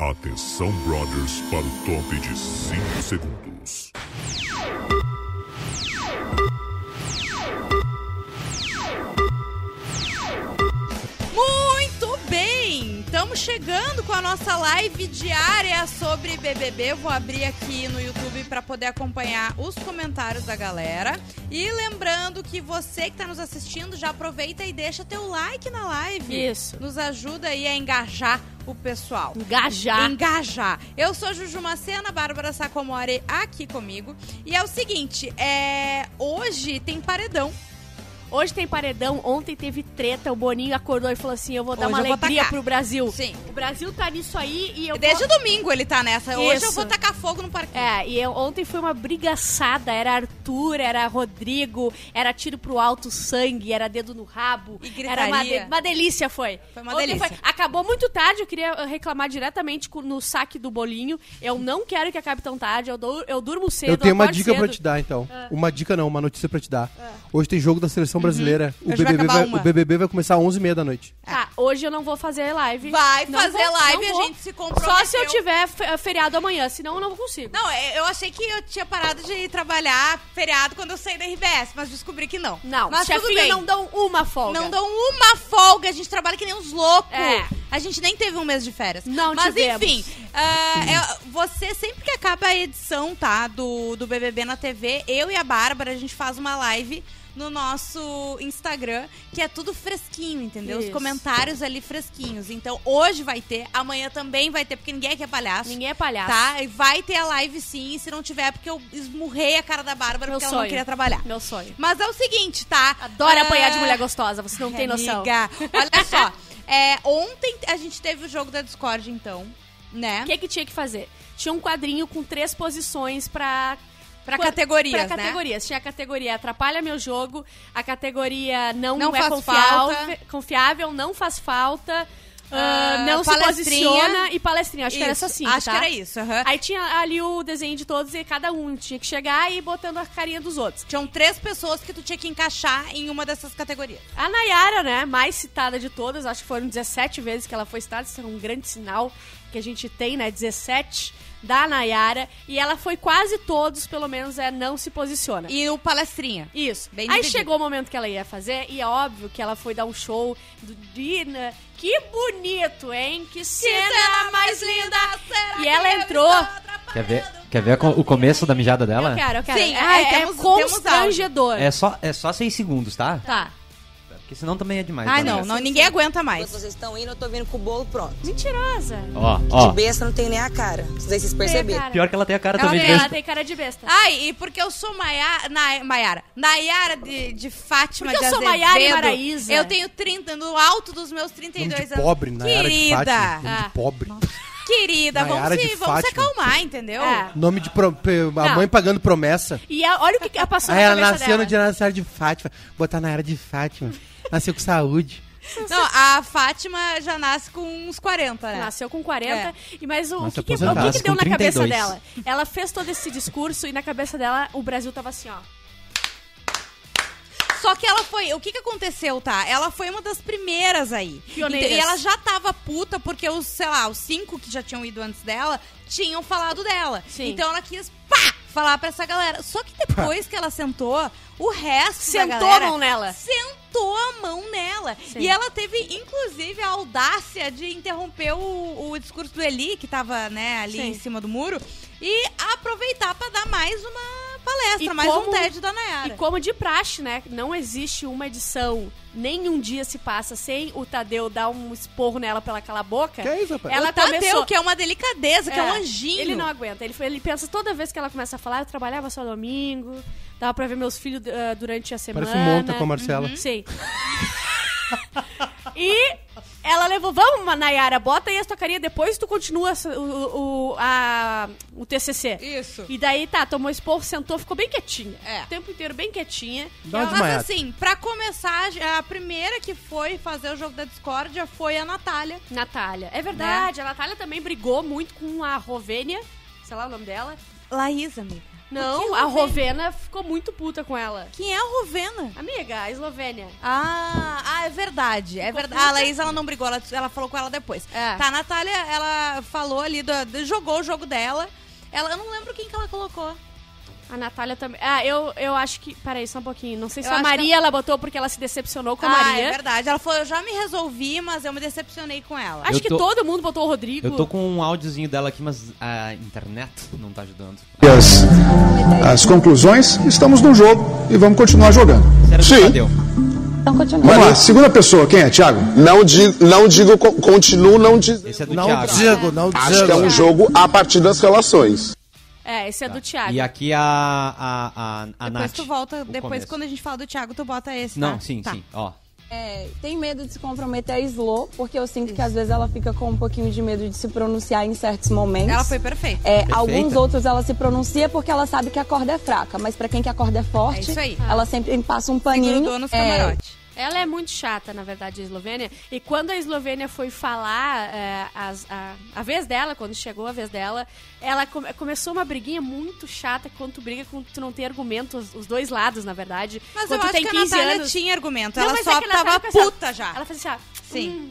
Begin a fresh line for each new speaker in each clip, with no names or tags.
Atenção, brothers, para o top de 5 segundos.
Muito bem! Estamos chegando com a nossa live diária sobre BBB. Vou abrir aqui no YouTube para poder acompanhar os comentários da galera. E lembrando que você que está nos assistindo, já aproveita e deixa teu like na live.
Isso.
Nos ajuda aí a engajar o pessoal.
Engajar.
Engajar. Eu sou Juju Macena, Bárbara Sacomore aqui comigo. E é o seguinte, é... hoje tem paredão.
Hoje tem paredão, ontem teve treta, o Boninho acordou e falou assim: eu vou dar
Hoje
uma
eu vou
alegria
atacar."
pro Brasil.
Sim.
O Brasil tá nisso aí e eu.
Desde domingo ele tá nessa. Hoje eu
Isso.
vou tacar fogo no parquinho.
É, e eu- ontem foi uma brigaçada, era Arthur, era Rodrigo, era tiro pro alto, sangue, era dedo no rabo.
E
era uma,
gritaria.
de- uma delícia foi.
Foi uma
Ontem
delícia.
acabou muito tarde, eu queria eh, reclamar diretamente com- no saque do bolinho. Eu não quero que acabe tão tarde, eu, dou- eu durmo cedo,
Eu tenho uma
acordo
dica
cedo.
pra te dar, então.
Ah.
Uma dica não, uma notícia pra te dar. Hoje tem jogo da
Uhum.
seleção brasileira. O,
Hoje vai
BBB
acabar
vai,
uma.
o BBB vai começar às 11h30 da noite.
Tá, hoje eu não vou fazer live.
Vai
Não
fazer
vou-
live,
não
a
vou.
gente se comprometeu.
Só se eu tiver fe- eh, feriado amanhã, senão eu não consigo.
Não, é, eu achei que eu tinha parado de ir trabalhar feriado quando eu saí da RBS, mas descobri que não.
Não,
mas tudo
chefinho,
bem.
não dão uma folga.
Não dão uma folga, a gente trabalha que nem uns loucos.
É.
A gente nem teve um mês de férias.
Não
Mas
tivemos.
enfim, ah, é, você sempre que acaba a edição, tá, do, do BBB na TV, eu e a Bárbara, a gente faz uma live no nosso Instagram, que é tudo fresquinho, entendeu? Os
Isso.
comentários ali fresquinhos. Então, hoje vai ter, amanhã também vai ter, porque ninguém aqui é palhaço.
Ninguém é palhaço.
Tá? E vai ter a live sim, e se não tiver, é porque eu esmurrei a cara da Bárbara
Meu
porque ela não
sonho.
queria trabalhar.
Meu sonho.
Mas é o seguinte, tá?
Adoro
Ah,
apanhar de mulher gostosa, você não tem noção.
Amiga, olha só. É, ontem a gente teve o jogo da Discord, então, né?
O que que tinha que fazer? Tinha um quadrinho com três posições pra...
Pra
qua-
categorias,
pra
né?
categorias. Tinha a categoria atrapalha meu jogo, a categoria não,
Não
é
faz
confiável,
falta.
confiável, não faz falta, ah,
Ah,
não se
palestrinha.
posiciona e palestrinha. Acho que era
Isso,
essa cinco,
Acho
tá?
que era isso, aham.
Aí tinha ali o desenho de todos e cada um tinha que chegar e ir botando a carinha dos outros.
Tinham três pessoas que tu tinha que encaixar em uma dessas categorias.
A Nayara, né, mais citada de todas, acho que foram 17 vezes que ela foi citada, isso é um grande sinal que a gente tem, né, 17 da Nayara, e ela foi quase todos, pelo menos, é, não se posiciona.
E o palestrinha.
Isso.
Bem
Aí
dividido.
chegou o momento que ela ia fazer, e é óbvio que ela foi dar um show do Dina. Que bonito, hein? Que cena,
é
mais linda!
será
E
que
ela
eu
entrou.
estou atrapalhando?
Quer ver, quer ver a co- o começo da mijada dela?
Eu quero, eu quero.
Sim,
é,
ai,
é
temos- temos
constrangedor.
É só, é só seis segundos, tá?
Tá.
Porque senão também é demais.
Ai,
né?
não, não, ninguém aguenta mais.
Enquanto vocês estão indo, eu tô vindo com o bolo pronto.
Mentirosa.
Ó,
De
ó.
besta não tem nem a cara. Não sei se vocês perceberam.
Cara.
Pior que ela tem a cara
Ela
também.
tem,
de
ela
besta.
tem cara de besta.
Ai, e porque eu sou Maia- Na- Maiara. Nayara de, de Fátima
Porque
de
eu sou
Azevedo.
Maiara e Maraísa.
Eu tenho 30, no alto dos meus
Nome
32
de
anos.
pobre, na era de
Querida.
Fátima. Nome
Ah.
de pobre.
Querida, vamos,
Nayara
se,
de
vamos se
Fátima.
acalmar, entendeu?
É.
Nome de... Pro... pe- A
Não.
mãe pagando promessa.
E a- olha o que que passou
Aí
na
Ah, ela
cabeça
nasceu
dela.
no dia da de Fátima. Botar na era de Fátima. Nasceu com saúde.
Não, a Fátima já nasce com uns 40, né?
Nasceu com 40,
É.
e mas o, o
Nossa,
que, que- o
aposentada.
que que deu na
Com
cabeça
32.
dela? Ela fez todo esse discurso e na cabeça dela o Brasil tava assim, ó.
Só que ela foi. O que, que aconteceu, tá? Ela foi uma das primeiras aí. Então,
Pioneiras.
e ela já tava puta porque os, sei lá, os cinco que já tinham ido antes dela tinham falado dela.
Sim.
Então ela quis, pá, falar pra essa galera. Só que depois que ela sentou, o resto. da
Sentou
galera
a mão nela.
Sentou a mão nela.
Sim.
E ela teve, inclusive, a audácia de interromper o, o discurso do Eli, que tava, né, ali
Sim.
em cima do muro, e aproveitar pra dar mais uma palestra,
E
mais um
como-
TED da
E
Nayara.
como de praxe, né? Não existe uma edição, nem um dia se passa sem o Tadeu dar um esporro nela pela aquela boca.
Que é isso, rapaz?
Ela
o Tadeu,
começou...
que é uma delicadeza, que é um
É,
anjinho.
Ele não aguenta. Ele, ele pensa toda vez que ela começa a falar, eu trabalhava só domingo, dava pra ver meus filhos ah, durante a semana. Uhum.
Parece um monta com a Marcela.
Sim. e ela levou, vamos, Nayara, bota aí a tua carinha, depois tu continua essa- o, o, o- a- o TCC.
Isso.
E daí, tá, tomou esporro, sentou, ficou bem quietinha.
É.
O tempo inteiro bem quietinha.
Dá uma
Mas
desmaiada.
assim, pra começar, a primeira que foi fazer o jogo da discórdia foi a Natália.
Natália. É
Né?
verdade, a Natália também brigou muito com a Rovênia, sei lá o nome dela.
Laís, amiga.
Não,
que
a
Rovena?
Rovena ficou muito puta com ela.
Quem é a Rovena?
Amiga, a Eslovênia.
Ah, ah, é verdade. É verdade. A Laís, ela não brigou, ela, ela falou com ela depois.
É.
Tá, a Natália, ela falou ali, do- do- jogou o jogo dela. Ela, eu não lembro quem que ela colocou.
A Natália também. Ah, eu, eu acho que. Peraí, só um pouquinho. Não sei se
Eu
a
acho que
Maria ela botou porque ela se decepcionou com a
Ah, é
Maria.
verdade. Ela falou, eu já me resolvi, mas eu me decepcionei com ela.
acho
Eu
que
tô-
todo mundo botou o Rodrigo.
Eu tô com um áudiozinho dela aqui, mas a internet não tá ajudando.
E as, as conclusões, estamos no jogo e vamos continuar jogando.
Sério,
Sim.
Tadeu.
Vamos lá, segunda pessoa, quem é? Thiago?
Não, di, não digo, co- continuo não dizendo.
Esse é do
Não tá.
Thiago.
digo, não
Acho que é um
digo.
jogo a partir das relações.
É, esse é do Thiago.
Tá. E aqui a, a, a, a
Depois
Nath,
tu volta,
o
depois
começo.
quando a gente fala do Thiago, tu bota esse.
Não,
tá?
sim,
Tá.
sim. Ó,
É, tenho medo de se comprometer a Slow, porque eu sinto que às vezes ela fica com um pouquinho de medo de se pronunciar em certos momentos.
Ela foi perfeita.
É,
Perfeita.
alguns outros ela se pronuncia porque ela sabe que a corda é fraca, mas pra quem que a corda é forte,
É isso aí.
ela sempre passa um paninho.
grudou nos
é,
camarote.
Ela é muito chata, na verdade, a Eslovênia. E quando a Eslovênia foi falar é, as- a, a vez dela, quando chegou a vez dela, ela come- começou uma briguinha muito chata quando tu briga com tu não tem argumento, os, os dois lados, na verdade.
Mas
quando
eu
tu
acho
tem
que a
15
Natália
anos.
tinha argumento.
Não,
ela
mas
só
é que a Natália
tava
fica assim, ó,
puta já.
Ela fazia assim, ó.
Sim.
hum,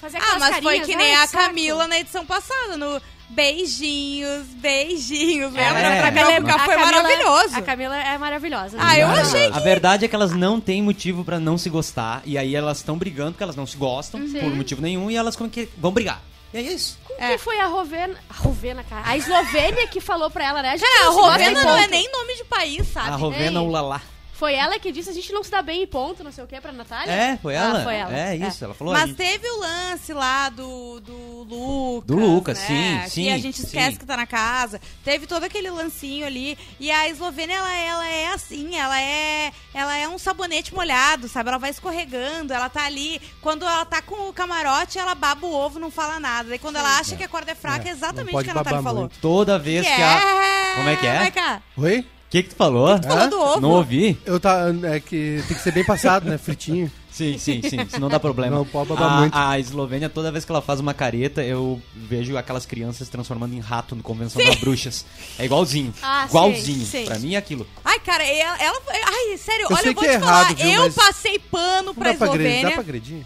fazia
Ah,
aquelas
mas foi
carinhas,
que
ai,
nem a
né? saco.
Camila na edição passada, no beijinhos, beijinhos.
É,
Lembra? pra Carol
a Camila-
Bicar foi maravilhoso.
A Camila é maravilhosa. né?
Ah, eu
Não,
achei
A verdade é que elas não têm motivo pra não se gostar. E aí elas estão brigando porque elas não se gostam
Uhum.
por motivo nenhum e elas como que vão brigar. E é isso.
Com quem foi a Rovena? A Rovena, cara. A Eslovênia que falou pra ela, né? A gente
É, a
não se gosta
Rovena
e
não é
ponto.
nem nome de país,
A
sabe?
Rovena
Ei.
Ulalá.
Foi ela que disse a gente não se dá bem e ponto, não sei o que, pra Natália?
É, foi ela?
Ah, foi ela.
É isso, ela falou.
Mas
aí.
teve o lance lá do, do Lucas.
Do Lucas,
né?
sim,
Que
sim,
a gente esquece
sim.
que tá na casa. Teve todo aquele lancinho ali. E a Eslovênia, ela, ela é assim, ela é ela é um sabonete molhado, sabe? Ela vai escorregando, ela tá ali. Quando ela tá com o camarote, ela baba o ovo, não fala nada. Daí quando ela acha que a corda é fraca, é, exatamente o
pode
que a Natália
babar
falou.
muito.
Toda vez que é a... Como é que é?
cá.
Oi?
O que que tu falou?
tu falou
Hã?
do ovo?
Não ouvi?
Eu tá. É que tem que ser bem passado, né? Fritinho.
Sim, sim, sim. Isso não dá problema.
Não, pode babar
a,
muito.
a Eslovênia, toda vez que ela faz uma careta, eu vejo aquelas crianças se transformando em rato no Convenção das Bruxas. É igualzinho.
Ah,
igualzinho.
sim, sim.
Pra mim é aquilo.
Ai, cara, ela, ela- Ai, sério,
Eu
olha,
sei
eu vou
que
te
é
falar.
errado, viu,
eu
mas-
passei pano
Não
pra
dá pra agredir. Dá pra
Eslovênia.
agredir?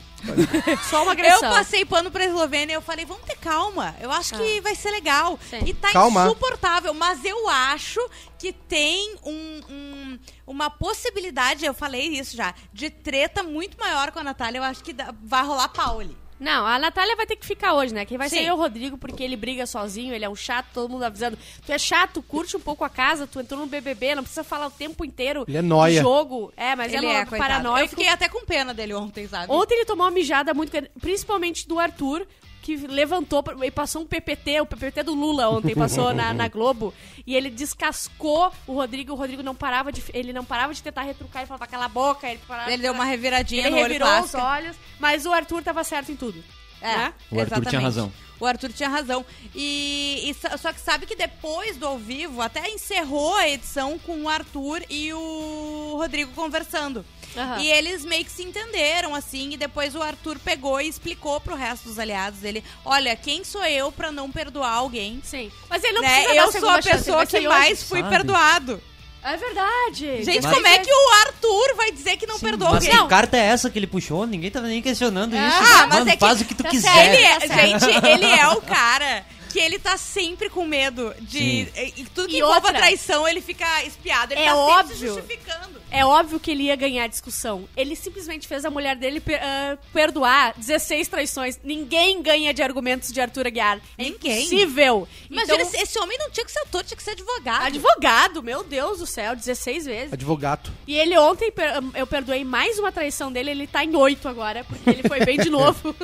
É. Só
Eu
uma agressão.
passei pano pra Eslovênia e eu falei, vamos ter calma. Eu acho que vai ser legal.
Sim.
E tá
Calma.
insuportável, mas eu acho que tem um- um- uma possibilidade, eu falei isso já, de treta muito maior com a Natália. Eu acho que dá- vai rolar pau ali.
Não, a Natália vai ter que ficar hoje, né? Quem vai
Sim.
ser é o Rodrigo, porque ele briga sozinho, ele é um chato, todo mundo avisando. Tu é chato, curte um pouco a casa, tu entrou no BBB, não precisa falar o tempo inteiro.
Ele é nóia.
de jogo. É, mas ele é,
coitado. Eu
paranoico.
fiquei até com pena dele ontem, sabe?
Ontem ele tomou uma mijada muito grande, principalmente do Arthur, que levantou pra- e passou um PPT, o PPT do Lula ontem passou na, na Globo, e ele descascou o Rodrigo, o Rodrigo não parava de ele não parava de tentar retrucar e falava cala a boca, ele parava,
Ele deu uma reviradinha
ele
no
revirou
olho
os
clássico.
olhos, mas o Arthur tava certo em tudo.
É,
né?
O Arthur tinha razão.
O Arthur tinha razão. E, e sa- só que sabe que depois do ao vivo, até encerrou a edição com o Arthur e o Rodrigo conversando.
Aham.
E eles meio que se entenderam, assim, e depois o Arthur pegou e explicou pro resto dos aliados dele: olha, quem sou eu pra não perdoar alguém?
Sim. Mas ele não
Né?
precisa dar
Eu sou
segunda
a
chance, né, ele
pessoa
vai
que
sair
mais
hoje.
fui
Sabe?
perdoado.
É verdade.
Gente,
Mas-
como é que o Arthur vai dizer que não perdoa
mas
alguém?
que carta é essa que ele puxou? Ninguém tava nem questionando isso.
Ah, mas
Tipo, Mano,
é que-
faz o que tu
tá
quiser.
certo,
Ele é,
tá certo.
gente, ele é o cara que ele tá sempre com medo de. E tudo que
E
envolve a
outra.
traição, ele fica espiado. Ele
É
tá sempre
óbvio.
se justificando.
É óbvio que ele ia ganhar a discussão. Ele simplesmente fez a mulher dele per- ah, perdoar 16 traições. Ninguém ganha de argumentos de Arthur Aguiar. É
Ninguém.
impossível.
Imagina,
então,
esse- esse homem não tinha que ser ator, tinha que ser advogado.
é advogado, meu Deus do céu, 16 vezes.
Advogado.
E ele ontem, per- eu perdoei mais uma traição dele, ele tá em 8 agora, porque ele foi bem de novo.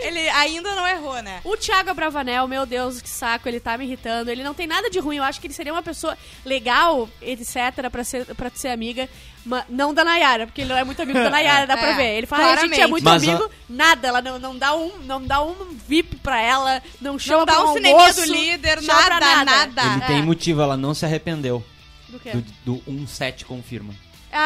Ele ainda não errou, né?
O Thiago Abravanel, meu Deus, que saco, ele tá me irritando. Ele não tem nada de ruim, eu acho que ele seria uma pessoa legal, etc, pra ser, pra ser amiga. ma- não da Nayara, porque ele não é muito amigo da Nayara, dá pra
É,
ver. Ele fala, "Ah, a gente é
claramente.
muito
Mas,
amigo,
ó-
nada. Ela não, não, dá um, não dá um VIP pra ela, não chama
dá
pra
um cineminha
almoço,
do líder,
chama pra
nada,
nada. É.
nada.
Ele tem motivo, ela não se arrependeu.
Do Tá, quê?
Do, do 1-7 confirma.
É,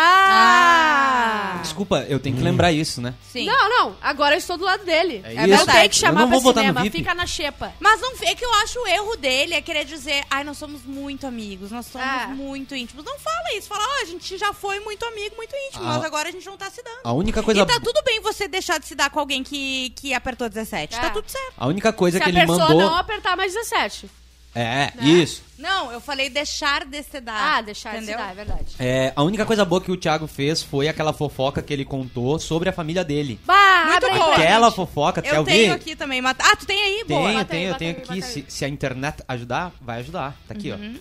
Ah!
Desculpa, eu
Hum.
tenho que lembrar isso, né?
Sim.
Não, não. Agora eu estou do lado dele.
É
eu
isso.
tenho que
Eu
chamar
não
pra
vou votar no
cinema.
VIP.
Fica na xepa.
Mas não é que eu acho o erro dele é querer dizer, ai, nós somos muito amigos, nós somos
Ah.
muito íntimos. Não fala isso, fala, ó, a gente já foi muito amigo, muito íntimo,
Ah.
mas agora a gente não tá se dando.
A única coisa,
E tá tudo bem você deixar de se dar com alguém que, que apertou 17.
É.
Tá tudo certo.
a única coisa
Se a
que ele
pessoa
mandou
não né? apertar mais 17.
é isso.
Não, eu falei deixar de se dar.
Ah, deixar de se
entendeu?
dar, é verdade.
É, a única coisa boa que o Thiago fez foi aquela fofoca que ele contou sobre a família dele.
Bah,
Muito
abre aí
bom.
pra
Aquela
gente.
fofoca, quer
Eu
ouvir?
tenho aqui também. Mata... Ah, tu tem aí?
Tenho,
Boa.
tenho,
Bota aí,
eu
bota
tenho
aí,
aqui.
bota aí.
Se, se a internet ajudar, vai ajudar. Tá aqui,
Uhum.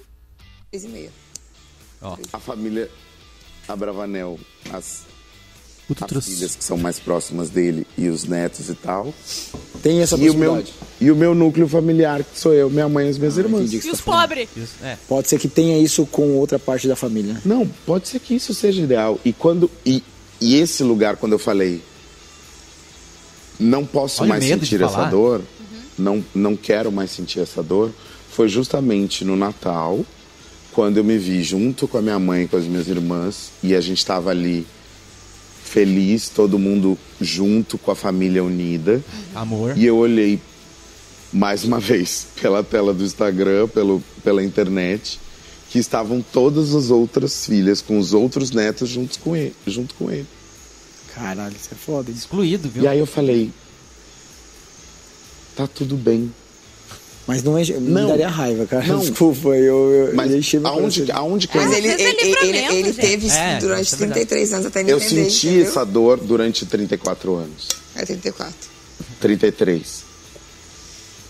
Três e meia.
A família Abravanel, as,
O tu
as
trouxe.
filhas que são mais próximas dele e os netos e tal.
Tem essa
E o, meu,
possibilidade.
e o meu núcleo familiar, que sou eu, minha mãe e as minhas irmãs.
Entendi o que
E
você
os
tá falando.
pobres?
ó. Isso, é.
Pode ser que tenha isso com outra parte da família. né?
Não, pode ser que isso seja ideal. E quando e, e esse lugar quando eu falei não posso
Olha o
mais
medo de
sentir essa
falar. Uhum.
dor, não não quero mais sentir essa dor, foi justamente no Natal, quando eu me vi junto com a minha mãe, e com as minhas irmãs e a gente estava ali feliz, todo mundo junto com a família unida.
Amor.
E eu olhei mais uma vez pela tela do Instagram, pelo, pela internet, que estavam todas as outras filhas com os outros netos juntos com ele, junto com ele.
Caralho, isso é foda. hein?
Excluído, viu?
E aí eu falei: tá tudo bem.
Mas não é.
Não.
Me daria raiva, cara.
Não.
Desculpa, eu. eu
Mas
eu enchi meu
aonde,
coração.
aonde que
Mas
eu,
ele,
mas é
ele, ele,
livramento,
ele
gente.
teve isso
É,
durante
isso é
33 anos até ele
eu
entender,
senti
entendeu?
essa dor durante 34 anos.
É 34.
33.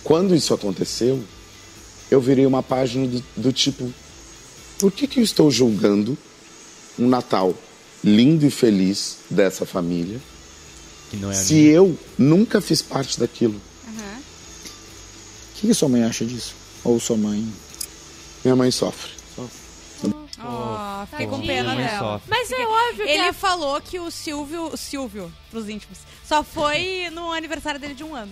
Quando isso aconteceu, eu virei uma página do, do tipo: por que, que eu estou julgando um Natal lindo e feliz dessa família
Que não é a
se eu nunca fiz parte daquilo?
O que, que sua mãe acha disso? Ou sua mãe.
Minha mãe sofre.
Ó, fiquei com
minha.
pena
Minha mãe
dela.
sofre.
Mas é óbvio que
Ele
é
falou que o Silvio, Silvio, pros íntimos, só foi no aniversário dele de um ano.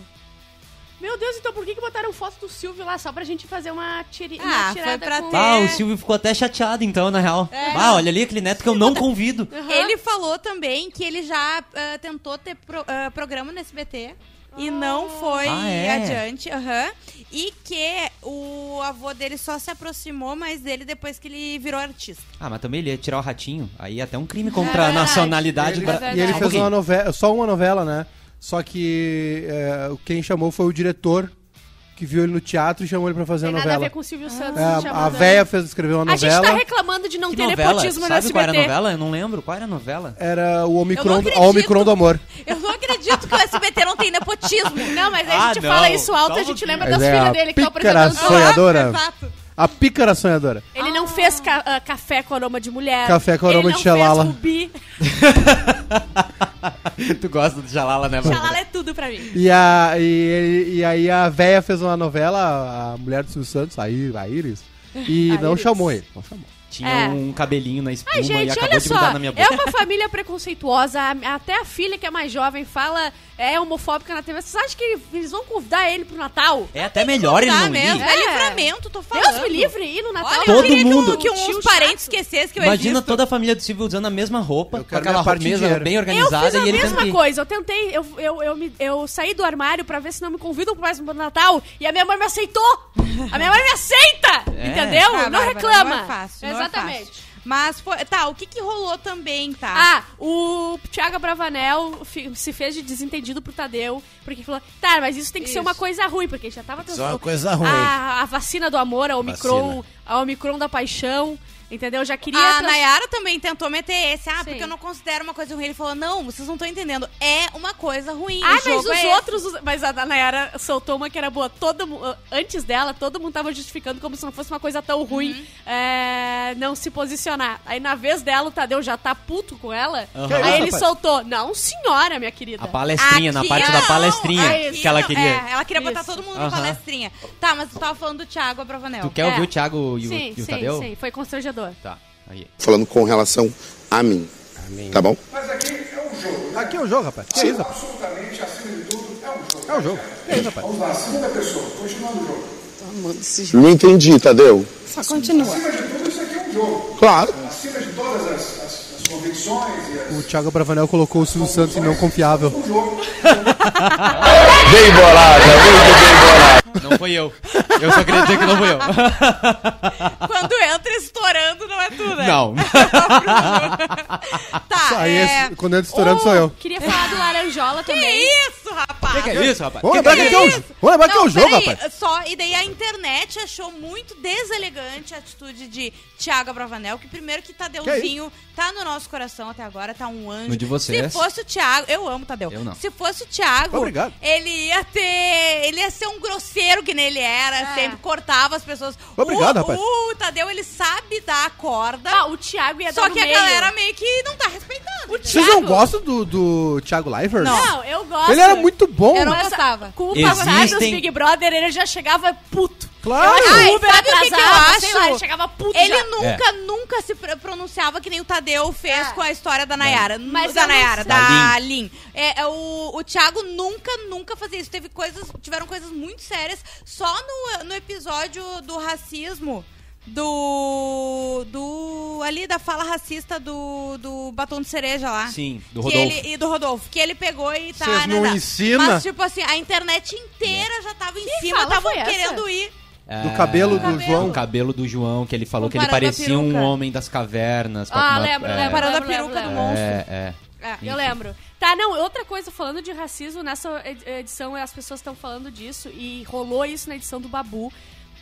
Meu Deus, então por que, que botaram foto do Silvio lá só pra gente fazer uma, tiri...
Ah,
uma tirada
foi pra
com...
ter-
Ah, o Silvio ficou até chateado, então, na real.
É.
Ah, olha ali aquele neto que eu não convido.
Aham.
Ele falou também que ele já ah, tentou ter pro- ah, programa no SBT e não
Oh.
foi
Ah, é?
adiante. aham. E que o avô dele só se aproximou mais dele depois que ele virou artista.
Ah, mas também ele ia tirar o ratinho. Aí é até um crime contra a nacionalidade.
É
bra-
verdade.
E ele
Só um
fez
pouquinho.
uma novela, só uma novela, né? Só que é, quem chamou foi o diretor que viu ele no teatro e chamou ele pra fazer
Tem
a
nada a
novela.
ver com o
Ah.
Silvio Santos.
É,
chamando-
a véia fez, escreveu uma
A gente tá
novela.
reclamando de não
Que
ter
novela?
nepotismo no
Sabe qual era a
SBT.
novela? Eu não lembro. Qual era a novela?
Era o Omicron, do-
acredito.
a Omicron do Amor.
Eu não acredito que o SBT não tem nepotismo.
Não, mas aí
Ah,
a gente
não.
fala isso alto e a
Só um
gente
pouquinho.
lembra das
Mas é
filhas
a
dele que estão
pícara
apresentando. Ah,
sonhadora.
Exato.
A pícara sonhadora.
Ele não fez ca- ah, café com aroma de mulher.
Café com aroma
Ele
de
não fez
xalala.
rubi.
tu gosta do Jalala, né, Bárbara?
Xalala é tudo pra mim.
E, a, e, ele- e aí a véia fez uma novela, a mulher do Silvio Santos, a, I- a Iris, e
A
não
Iris.
chamou ele. Não chamou.
Tinha
É.
um cabelinho na espuma
Ai,
e
gente,
acabou
olha
de
só.
grudar na minha boca.
É uma família preconceituosa. a- Até a filha que é mais jovem fala é homofóbica na TV. Vocês acham que eles vão convidar ele pro Natal?
É até melhor ele
Tá
não
mesmo.
ir.
É.
É.
livramento, tô falando.
Deus me livre ir no Natal.
Olha,
Todo
eu queria que um-
mundo.
que,
Tio
uns parentes
chato.
esquecesse que eu
Imagina
existo.
toda a família do Silvio usando a mesma roupa,
Eu
com
quero
aquela
minha parte em
mesa
dinheiro.
bem
Eu
organizada
fiz a
e ele
mesma
tendo que...
coisa, eu tentei, eu, eu, eu, me- eu saí do armário pra ver se não me convidam pro mais um Natal e a minha mãe me aceitou! A minha mãe me aceita!
É.
Entendeu?
Ah,
não
Bárbara,
reclama!
Não é fácil, não é
Exatamente.
fácil. Mas foi. Tá, o que, que rolou também, tá?
Ah, o Thiago Bravanel fi- se fez de desentendido pro Tadeu, porque falou, tá, mas isso tem que ser uma coisa ruim, porque ele já tava
Isso é uma
transformando
coisa ruim.
a, a vacina do amor, a Omicron,
Vacina.
a Omicron da paixão, entendeu? Já queria...
A
trans-
Nayara também tentou meter esse. Ah,
Sim.
porque eu não considero uma coisa ruim. Ele falou: não, vocês não estão entendendo. É uma coisa ruim.
Ah,
o
mas
jogo
os
é esse."
outros. os- Mas a Nayara soltou uma que era boa. Todo, mu- antes dela, todo mundo tava justificando como se não fosse uma coisa tão
Uhum.
ruim é, não se posicionar. Aí na vez dela, o Tadeu já tá puto com ela. Aí
Aham. Que isso,
ele
rapaz?
soltou. Não, senhora, minha querida.
A palestrinha, na
Aqui
parte da
não,
palestrinha
aqui
que ela
não-
queria.
É, ela queria botar
Isso.
todo mundo na
Aham.
palestrinha. Tá, mas tu tava falando do Thiago Abravanel.
Tu quer ouvir
É.
o Thiago e o,
sim,
e o
sim,
Tadeu?
sim. Foi constrangedor.
Tá, aí.
Falando com relação a mim. Tá bom?
Aqui é o jogo, rapaz. Que é isso, rapaz? É um jogo. Que é isso, rapaz?
Tô amando esse jogo.
Não entendi, Tadeu.
Só continua.
Claro.
O Thiago Bravanel colocou o Silvio Santos em não confiável.
Bem bolada, muito bem bolada. Não foi eu. Eu só queria dizer que não foi eu.
Quando entra estourando, não é tu, né?
Não.
tá,
Aí,
é... Uh,
esse- quando entra
Oh!
estourando, sou eu.
Queria falar do Laranjola
Que
também.
isso, rapaz?
O que, é isso, rapaz?
Vamos lembrar que, aqui é o, jo- vamos lembrar que é o jogo,
peraí,
rapaz.
Só, e daí a internet achou muito deselegante a atitude de Thiago Bravanel, que primeiro que Tadeuzinho tá no nosso coração até agora, tá um anjo.
No de
Se
vocês.
fosse o Thiago, eu amo Tadeu.
Eu não.
Se fosse o Thiago,
Obrigado.
ele ia ter, ele ia ser um grosseiro que nele era,
É.
sempre cortava as pessoas.
Obrigado,
o,
rapaz.
O Tadeu, ele sabe dar a corda,
Ah, o Thiago ia
só
dar no
que a
meio.
galera meio que não tá respeitando.
O
Vocês não
Thiago-
gostam do, do Thiago Leifert?
Não, eu gosto.
Ele era muito bom.
Eu não
Mas
gostava.
Com o
Existem-
passado dos Big Brother, ele já chegava puto. Ah,
Claro.
Ai,
Uber
sabe o que que eu
atrasado, sei
acho?
lá, ele chegava puto
Ele
já.
nunca, nunca se pr- pronunciava que nem o Tadeu fez
É.
com a história da Nayara.
Mas
Mas da
eu não
Nayara,
sei.
da Lin. É, é, o, o Thiago nunca, nunca fazia isso. Teve coisas, tiveram coisas muito sérias só no, no episódio do racismo. Do. Do. Ali da fala racista do, do batom de cereja lá.
Sim, do
Que
Rodolfo.
ele- e do Rodolfo. Que ele pegou e tá.
Vocês não
né, tá.
ensina?
Mas, tipo assim, a internet inteira já tava em cima,
fala
estavam
foi essa?
querendo ir.
Do cabelo do João.
O cabelo do João, que ele falou que ele
Comparando a
parecia um
peruca.
homem das cavernas. com
Ah,
uma-
lembro,
é,
lembro.
Parando a
lembro,
peruca do
lembro.
monstro.
É, é.
É, eu lembro. Tá, não, outra coisa, falando de racismo, nessa ed- edição as pessoas estão falando disso e rolou isso na edição do Babu.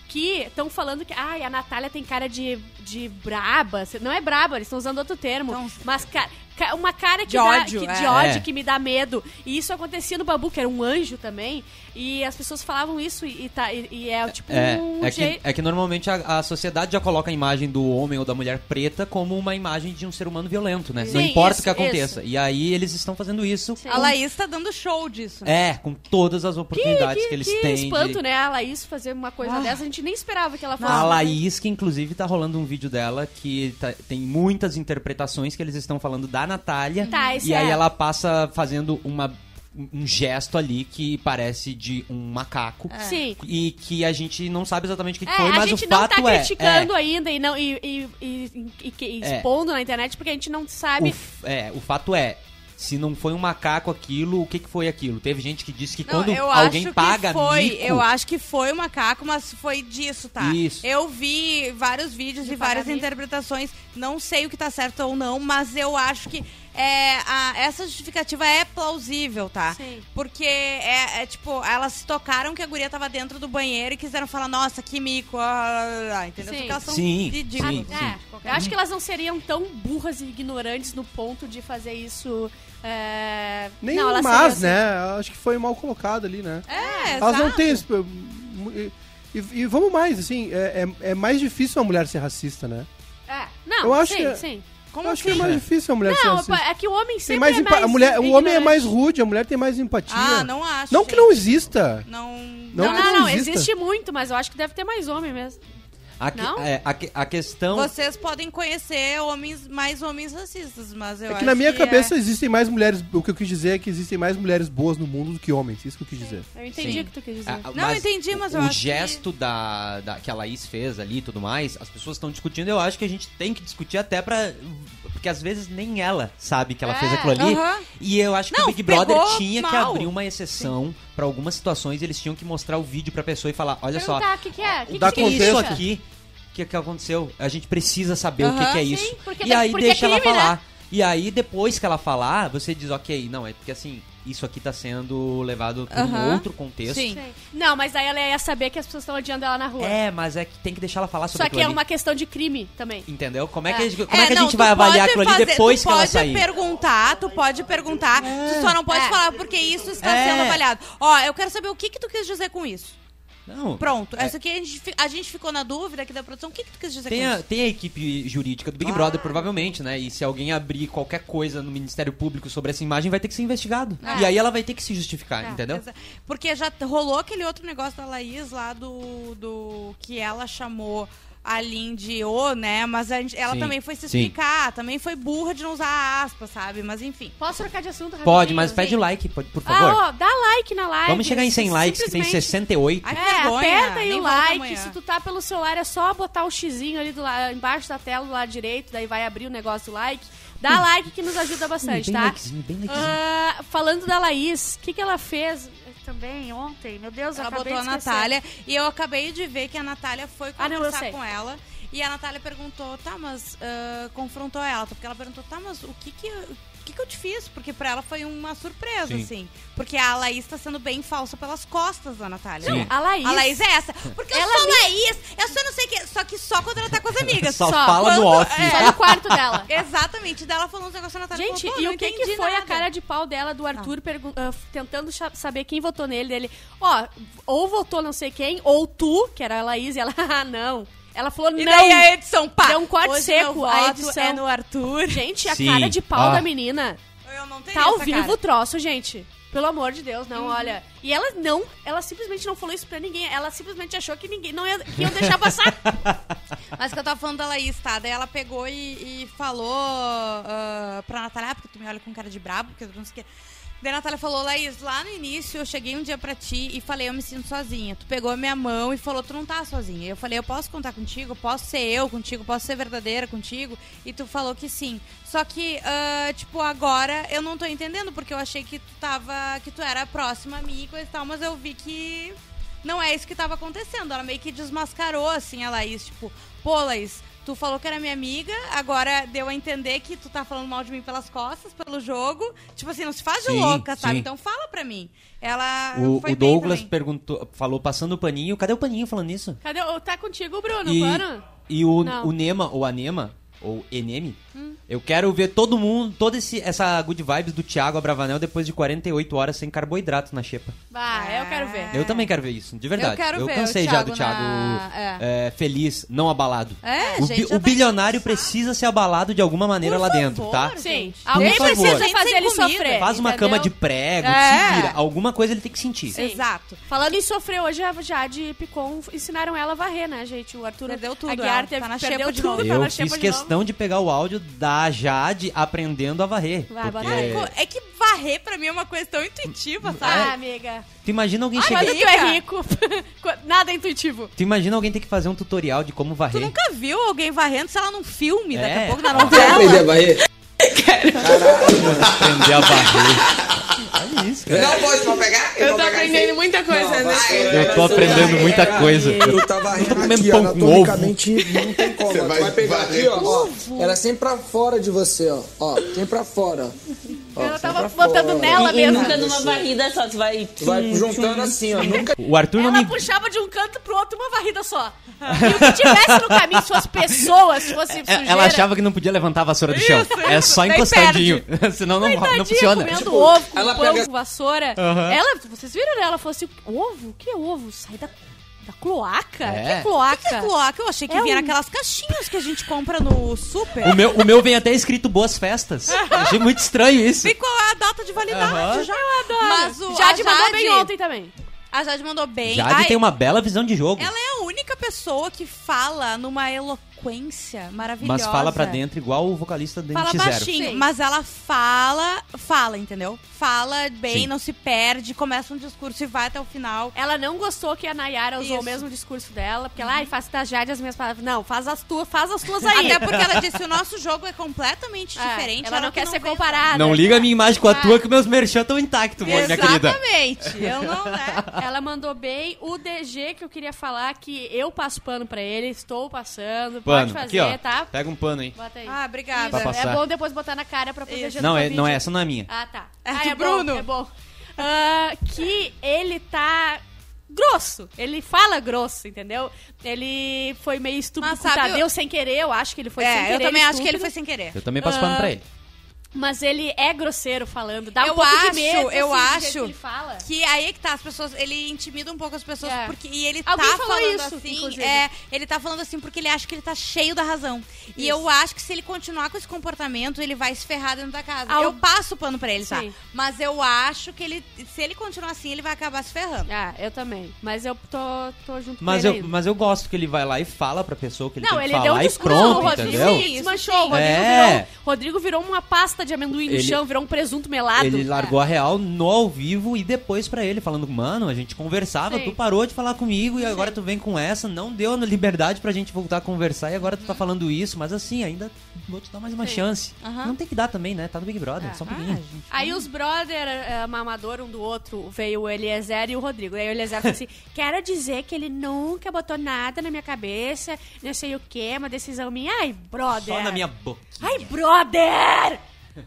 Que estão falando que, ai, a Natália tem cara de, de braba. Cê- Não é braba, eles estão usando outro termo.
Então-
mas ca- ca- uma cara que
De
dá-
ódio,
que,
é.
de ódio
É.
que me dá medo. E isso acontecia no Babu, que era um anjo também. E as pessoas falavam isso e, e tá, e, e é tipo
É,
um
é, que,
jeito.
é que normalmente a, a sociedade já coloca a imagem do homem ou da mulher preta como uma imagem de um ser humano violento, né? Não
Sim,
importa
isso,
o que aconteça. E aí eles estão fazendo isso.
Sim.
A Laís tá dando show disso.
É, com todas as oportunidades é que, eles
que
têm. de-
espanto, né? A Laís fazer uma
Ah.
coisa dessa, a gente nem esperava que ela fosse.
A Laís, que inclusive tá rolando um vídeo dela que tá- tem muitas interpretações que eles estão falando da Natália.
Tá, esse
e aí
é-
ela passa fazendo uma- um gesto ali que parece de um macaco.
É.
Sim.
E que a gente não sabe exatamente o que
É,
foi,
a
mas o
gente não
fato
tá
é-
criticando ainda e, não, e, e, e- e- e
É.
expondo na internet porque a gente não
é, o,
sabe.
f- é, o fato é, se não foi um macaco aquilo, o que, que foi aquilo? Teve gente que disse que
Não,
É, quando
eu
alguém
acho que
paga
foi,
mico,
eu acho que foi o macaco, mas foi disso, tá?
Isso.
Eu vi vários vídeos
De
e várias
pagamento.
interpretações, não sei o que tá certo ou não, mas eu acho que é, a- essa justificativa é plausível, tá?
Sim.
Porque é, é, tipo, elas se tocaram que a guria tava dentro do banheiro e quiseram falar, nossa, que mico, ah, lá, lá, lá", entendeu?
Sim.
Porque elas são
Sim,
ridículas. Ah,
sim,
É, eu acho que elas não seriam tão burras e ignorantes no ponto de fazer isso. é,
Nem
não, elas seriam
mas,
assim.
né? Acho que foi mal colocado ali, né?
É,
Elas não
exato.
têm esse... E, e- e vamos mais, assim, é, é- é mais difícil uma mulher ser racista, né?
É, não,
Eu acho
sim,
que-
sim.
Como
Eu acho que
assim?
é mais difícil uma mulher ser
Não,
racista.
é que o homem
Tem
sempre
mais
é
empa-
mais
a mulher, o homem é
ignorante.
mais rude, a mulher tem mais empatia.
Ah, não acho.
Não que
gente.
não exista.
Não,
Não
Não,
que
não, não,
exista.
existe um- muito, mas eu acho que deve ter mais homem mesmo.
a, que-
Não?
é, a que- a questão...
Vocês podem conhecer homens, mais homens racistas, mas eu
É
acho
que na minha cabeça
é-
existem mais mulheres. O que eu quis dizer é que existem mais mulheres boas no mundo do que homens. Isso que eu quis dizer.
Eu entendi
Sim.
o que tu quis dizer.
Ah, ah,
Não, entendi, mas
o,
eu
o
acho que-
gesto da, da- que a Laís fez ali e tudo mais, as pessoas estão discutindo, eu acho que a gente tem que discutir até pra. Porque às vezes nem ela sabe que ela fez aquilo ali.
É, aham.
E eu acho que
Não,
o Big Brother
pegou
tinha que
mal.
abrir uma exceção pra algumas situações, eles tinham que mostrar o vídeo pra pessoa e falar: olha só,
Perguntar o que, que é? O que,
dá
que
é isso
contexto.
significa?
aqui? O que, que aconteceu? A gente precisa saber o que,
Aham,
que é
sim,
isso.
porque
e
tem-
aí
porque é
deixa ela
crime, né?
falar. E aí, depois que ela falar, você diz, ok, não, é porque assim, isso aqui tá sendo levado pra um
Aham.
outro contexto.
Sim.
Sim. Não, mas daí ela ia saber que as pessoas estão odiando ela na rua.
É, mas é que tem que deixar ela falar sobre
Só que
aquilo
é
ali.
uma questão de crime também.
Entendeu? Como é que, a gente- como
É,
é que a
não,
gente
tu
vai
pode
avaliar aquilo ali
fazer-
depois
tu
que ela
pode
sair? Ah.
perguntar, tu pode perguntar, tu só não pode
É.
falar porque isso está
É.
sendo avaliado. Ó, eu quero saber o que que tu quis dizer com isso.
Não.
Pronto, essa aqui a gente, fi- a gente ficou na dúvida aqui da produção, o que que tu quis dizer
É. Tem
com
a,
isso?
tem a equipe jurídica do Big Brother, provavelmente, né? E se alguém abrir qualquer coisa no Ministério Público sobre essa imagem, vai ter que ser investigado.
É.
E aí ela vai ter que se justificar,
Tá.
entendeu?
É, Exa- Porque já t- rolou aquele outro negócio da Laís lá do, do que ela chamou a Lin de O, né? Mas a gente- ela
Sim,
também foi se
sim.
explicar, também foi burra de não usar aspas, sabe? Mas enfim.
Posso trocar de assunto rapidinho?
Pode, mas pede
Sim.
o like, pode- por favor.
Ah, ó, dá like na live.
Vamos chegar em 100 likes, que tem
simplesmente-
68.
Ai, que
É,
vergonha.
aperta aí
nem
o
volta
like.
amanhã.
Se tu tá pelo celular, é só botar o xizinho ali do la- embaixo da tela, do lado direito, daí vai abrir o negócio do like. Dá like que nos ajuda bastante,
Hum. Bem
tá?
likezinho, bem likezinho.
Ah, falando da Laís, o que, que ela fez também ontem? Meu Deus,
Ela
acabei
botou a
de esquecer.
Natália e eu acabei de ver que a Natália foi
Ah, não, eu
conversar
sei.
com ela. E a Natália perguntou, tá, mas. ah, confrontou ela, porque ela perguntou, tá, mas o que que. O que, que eu te fiz? Porque pra ela foi uma surpresa,
Sim.
assim. Porque a Laís tá sendo bem falsa pelas costas da Natália.
Sim.
né?
A Laís.
A Laís é essa. Porque eu sou Laís, eu só não sei o que. Só que só quando ela tá com as amigas.
Só fala no
Quando-
off.
Só no quarto dela.
Exatamente, daí ela falou uns negócios na Natália.
Gente,
falou, "Pô,
e
não
o que, que
entendi
foi a
nada."
cara de pau dela do Arthur pergun- ah, f- tentando cha- saber quem votou nele? Dele, ó, ou votou não sei quem, ou tu, que era a Laís, e ela, ah, não. Ela falou,
E
não.
daí a edição, pá!
Deu um corte
hoje
seco,
meu
a
voto
edição.
é no Arthur.
Gente, a
Sim.
cara de pau
Ah.
da menina.
Eu não tenho
Tá ao
essa
vivo o
cara. Uhum.
troço, gente. Pelo amor de Deus, não, olha. E ela não, ela simplesmente não falou isso pra ninguém. Ela simplesmente achou que ninguém não ia, que iam deixar passar.
Mas que eu tava falando da Laís, tá? Daí ela pegou e, e falou ah, pra Natália, ah, porque tu me olha com cara de brabo, porque eu não sei o que. Daí a Natália falou, Laís, lá no início eu cheguei um dia pra ti e falei, eu me sinto sozinha. Tu pegou a minha mão e falou, tu não tá sozinha. Eu falei, eu posso contar contigo, eu posso ser eu contigo, eu posso ser verdadeira contigo. E tu falou que sim. Só que, ah, tipo, agora eu não tô entendendo, porque eu achei que tu tava. que tu era próxima a mim e coisa e tal, mas eu vi que não é isso que tava acontecendo. Ela meio que desmascarou, assim, a Laís, tipo, pô, Laís, tu falou que era minha amiga, agora deu a entender que tu tá falando mal de mim pelas costas, pelo jogo. Tipo assim, não se faz de
Sim,
louca, sabe?
sim.
Então fala pra mim. Ela
O,
foi bem
o Douglas
também.
perguntou, falou passando o paninho. Cadê o paninho falando isso?
Cadê? o- Tá contigo, Bruno,
E,
Bruno?
e o,
Não.
o Nema, ou Anema, ou Eneme,
Hum.
eu quero ver todo mundo, toda esse, essa good vibes do Thiago Abravanel depois de 48 horas sem carboidrato na xepa.
Bah, eu quero ver.
Eu também quero ver isso, de verdade.
É. Eu quero ver
cansei
o
já do
Thiago
Thiago
na-
é, feliz, não abalado.
É,
o,
gente,
bi-
já tá
o bilionário precisa ser abalado de alguma maneira
Por
lá
favor,
dentro, tá?
gente.
Sim.
Por
Alguém
favor.
precisa
Gente,
fazer
sem
ele
comida.
sofrer.
Faz uma
É, entendeu?
cama de prego,
É.
se vira. Alguma coisa ele tem que sentir.
Sim.
Exato.
Falando em sofrer, hoje a Jade Picon ensinaram ela a varrer, né, gente? O Arthur
Perdeu tudo,
Aguiar
ela.
teve,
Tá na
perdeu
xepa de
tudo,
novo.
tá
Eu
na
fiz
xepa de novo.
questão de pegar o áudio da Jade aprendendo a varrer.
Vai,
porque
bota aí.
Pô, É que varrer pra mim é uma coisa tão intuitiva,
Hum, é.
Ah,
sabe?
amiga.
Tu imagina alguém
Quando
chegar.
tu é rico, nada é intuitivo.
Tu imagina alguém ter que fazer um tutorial de como
Tu
varrer.
nunca viu alguém varrendo, sei lá, num filme, daqui
É.
a pouco na novela?
Aprender a varrer?
aprender a varrer. Olha isso, cara.
Não pode não pegar? Eu, vou pegar
assim,
esse.
muita coisa, né?
Eu tô
é
aprendendo muita coisa.
Tu tá varrendo
comendo
aqui, ó,
pão com
anatomicamente não tem como.
Você
Tu
vai
vai pegar
varrer
aqui, ó, ó. Ela é sempre pra fora de você, ó. Ó, sempre pra fora. Ó,
Eu
sempre
tava
pra fora.
botando nela
E
mesmo.
nunca numa varrida só, tu vai...
Tu vai juntando assim, ó. Nunca
O Arthur não
Ela
me.
puxava de um canto pro outro uma varrida só. E o que tivesse no caminho, se fosse pessoas, se fosse
É-
sujeira...
Ela achava que não podia levantar a vassoura do chão. é só
Daí
encostadinho. Senão não,
Tadinha,
não funciona.
comendo ovo, com
ela
pão,
pega-
com vassoura.
Aham.
Ela, vocês viram, né? Ela falou assim, ovo? O que é ovo? Sai da, da cloaca?
É.
Que cloaca?
Que cloaca, eu achei que
É
vinha
um-
naquelas caixinhas que a gente compra no super.
O meu, o meu vem até escrito boas festas. Eu Achei muito estranho isso.
E qual é a data de validade
Aham.
já?
Olha,
Mas o,
Jade
a
mandou
Jade-
bem ontem também.
A Jade mandou bem.
Jade
Ai,
tem uma bela visão de jogo.
Ela é a única pessoa que fala numa eloquência maravilhosa.
Mas fala pra dentro igual o vocalista do
Fala
NX0.
baixinho,
Sim.
mas ela fala, fala, entendeu? Fala bem,
Sim.
não se perde, começa um discurso e vai até o final.
Ela não gostou que a Nayara usou
Isso.
o mesmo discurso dela, porque ela, ai, faz da Jade as minhas palavras. Não, faz as tuas, faz as tuas aí.
Até porque ela disse: o nosso jogo é completamente
É,
diferente.
Ela, não
que
quer ser
vem-
comparada.
Não liga a minha imagem com a
Ah.
tua que meus merchan estão intactos, minha querida.
Exatamente. Eu não, né?
Ela mandou bem o DG que eu queria falar que eu passo pano pra ele, estou passando, pode
Pano.
fazer,
Aqui, ó.
tá?
Pega um pano aí.
Bota aí.
Ah, obrigada.
Pra
é
passar.
bom depois botar na cara pra proteger
Não,
do
é, não é,
Covid.
essa não é a minha.
Ah, tá.
É
ah,
do
é
Bruno.
Bom, é bom. Ah, que ele tá grosso. Ele fala grosso, entendeu? Ele foi meio estúpido
Mas
com o
sabe,
Tadeu sem querer, eu acho que ele foi sem
É,
querer.
eu também acho que ele
estúpido.
foi sem querer.
Eu também passo
Ah,
pano pra ele.
Mas ele é grosseiro falando, dá
Eu
um pouco
acho,
de medo,
eu
assim, do jeito
acho
que ele fala.
Que aí que tá, as pessoas, ele intimida um pouco as pessoas
É.
porque e ele
Alguém
tá
falou
falando
isso,
assim,
inclusive.
é, ele tá falando assim porque ele acha que ele tá cheio da razão. E
Isso.
eu acho que se ele continuar com esse comportamento, ele vai se ferrar dentro da casa.
Al-
Eu passo o pano pra ele, tá?
Sim.
Mas eu acho que ele se ele continuar assim, ele vai acabar se ferrando.
Ah, eu também. Mas eu tô, tô junto
Mas
com
eu,
ele. ainda.
mas eu gosto que ele vai lá e fala pra pessoa que ele
Não,
tem
ele
que
deu
falar
um
e
discurso,
pronto,
o Rodrigo
entendeu?
se desmanchou, o Rodrigo,
É.
virou, Rodrigo virou uma pasta de amendoim no
Ele-
chão, virou um presunto melado.
Ele
é.
largou a real no ao vivo e depois pra ele, falando, mano, a gente conversava,
Sim.
tu parou de falar comigo e agora tu vem com essa, não deu liberdade pra gente voltar a conversar e agora tu
Uhum.
tá falando isso, mas assim, ainda vou te dar mais uma
Sim.
chance.
Aham.
Não tem que dar também, né? Tá no Big Brother,
Ah,
só um pouquinho.
Aí os brother eh, mamador um do outro, veio o Eliezer e o Rodrigo. Daí o Eliezer falou assim: quero dizer que ele nunca botou nada na minha cabeça, não sei o que, uma decisão minha. Ai, brother!
Só na minha boca.
Ai, brother!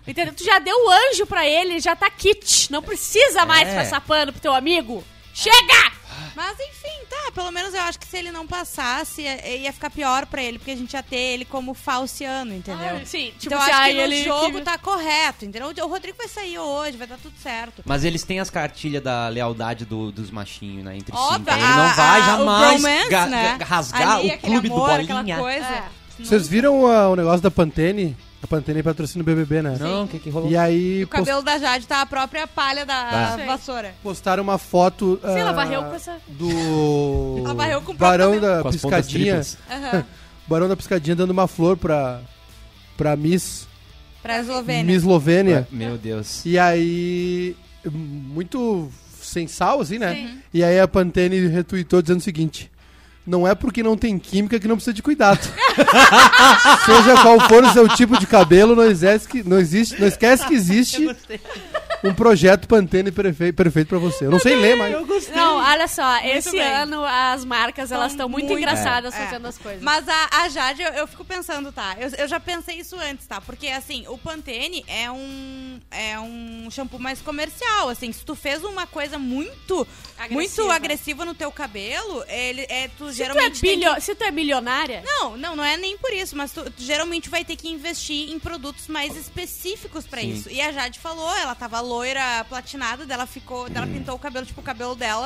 Entendeu? Tu já deu o anjo pra ele, ele já tá kit. Não precisa mais
É.
passar pano pro teu amigo. Chega!
Mas enfim, tá. Pelo menos eu acho que se ele não passasse, ia, ia ficar pior pra ele, porque a gente ia ter ele como falciano, entendeu?
Ah, sim, tipo,
então eu
se,
acho
ai,
que no
ele-
jogo
que-
tá correto, entendeu? O Rodrigo vai sair hoje, vai dar tudo certo.
Mas eles têm as cartilhas da lealdade do- dos machinhos, né? Entre si.
Óbvio,
Então ele
a-
não vai
a- tá. Ah, o
jamais
bromance,
ga-
né?
ga- rasgar
Ali,
o
aquele
clube
amor,
do
aquela
bolinha. É.
coisa.
É.
Vocês viram ah, o negócio da Pantene? A Pantene patrocina o BBB, né?
Não, o que que rolou?
E aí
E o cabelo da Jade tá a própria palha da
Ah. Sei.
vassoura.
pos- postaram uma foto ah,
Sei, ela varreu com essa-
do
Ela varreu com o
Barão
próprio cabelo.
da
Com as pontas
Piscadinha.
triplas. Aham.
Barão da Piscadinha dando uma flor pra, pra Miss
Pra né? Eslovênia.
Miss Eslovênia.
Ué, Meu Deus.
E aí. Muito sem sal, assim, né?
Sim.
E aí a Pantene retweetou dizendo o seguinte: Não é porque não tem química que não precisa de cuidado. Seja qual for o seu tipo de cabelo, não esquece que, não existe, não esquece que existe um projeto Pantene perfe- perfeito pra você. Eu não sei ler, mas.
Não, olha só, esse
bem.
ano as marcas elas estão muito,
muito-
engraçadas
É.
fazendo as coisas.
Mas a, a Jade, eu, eu fico pensando, tá? Eu, eu já pensei isso antes, tá? Porque, assim, o Pantene é um, é um shampoo mais comercial, assim. Se tu fez uma coisa muito agressiva, muito
Agressiva.
agressiva no teu cabelo, ele, é, tu
se, tu é
geralmente tem
bilho-
que-
se tu é milionária,
Não, não, não é nem por isso, mas tu, tu geralmente vai ter que investir em produtos mais específicos pra
Sim.
isso. E a Jade falou, ela tava loira, platinada, dela ficou,
Hum.
dela pintou o cabelo, tipo, o cabelo dela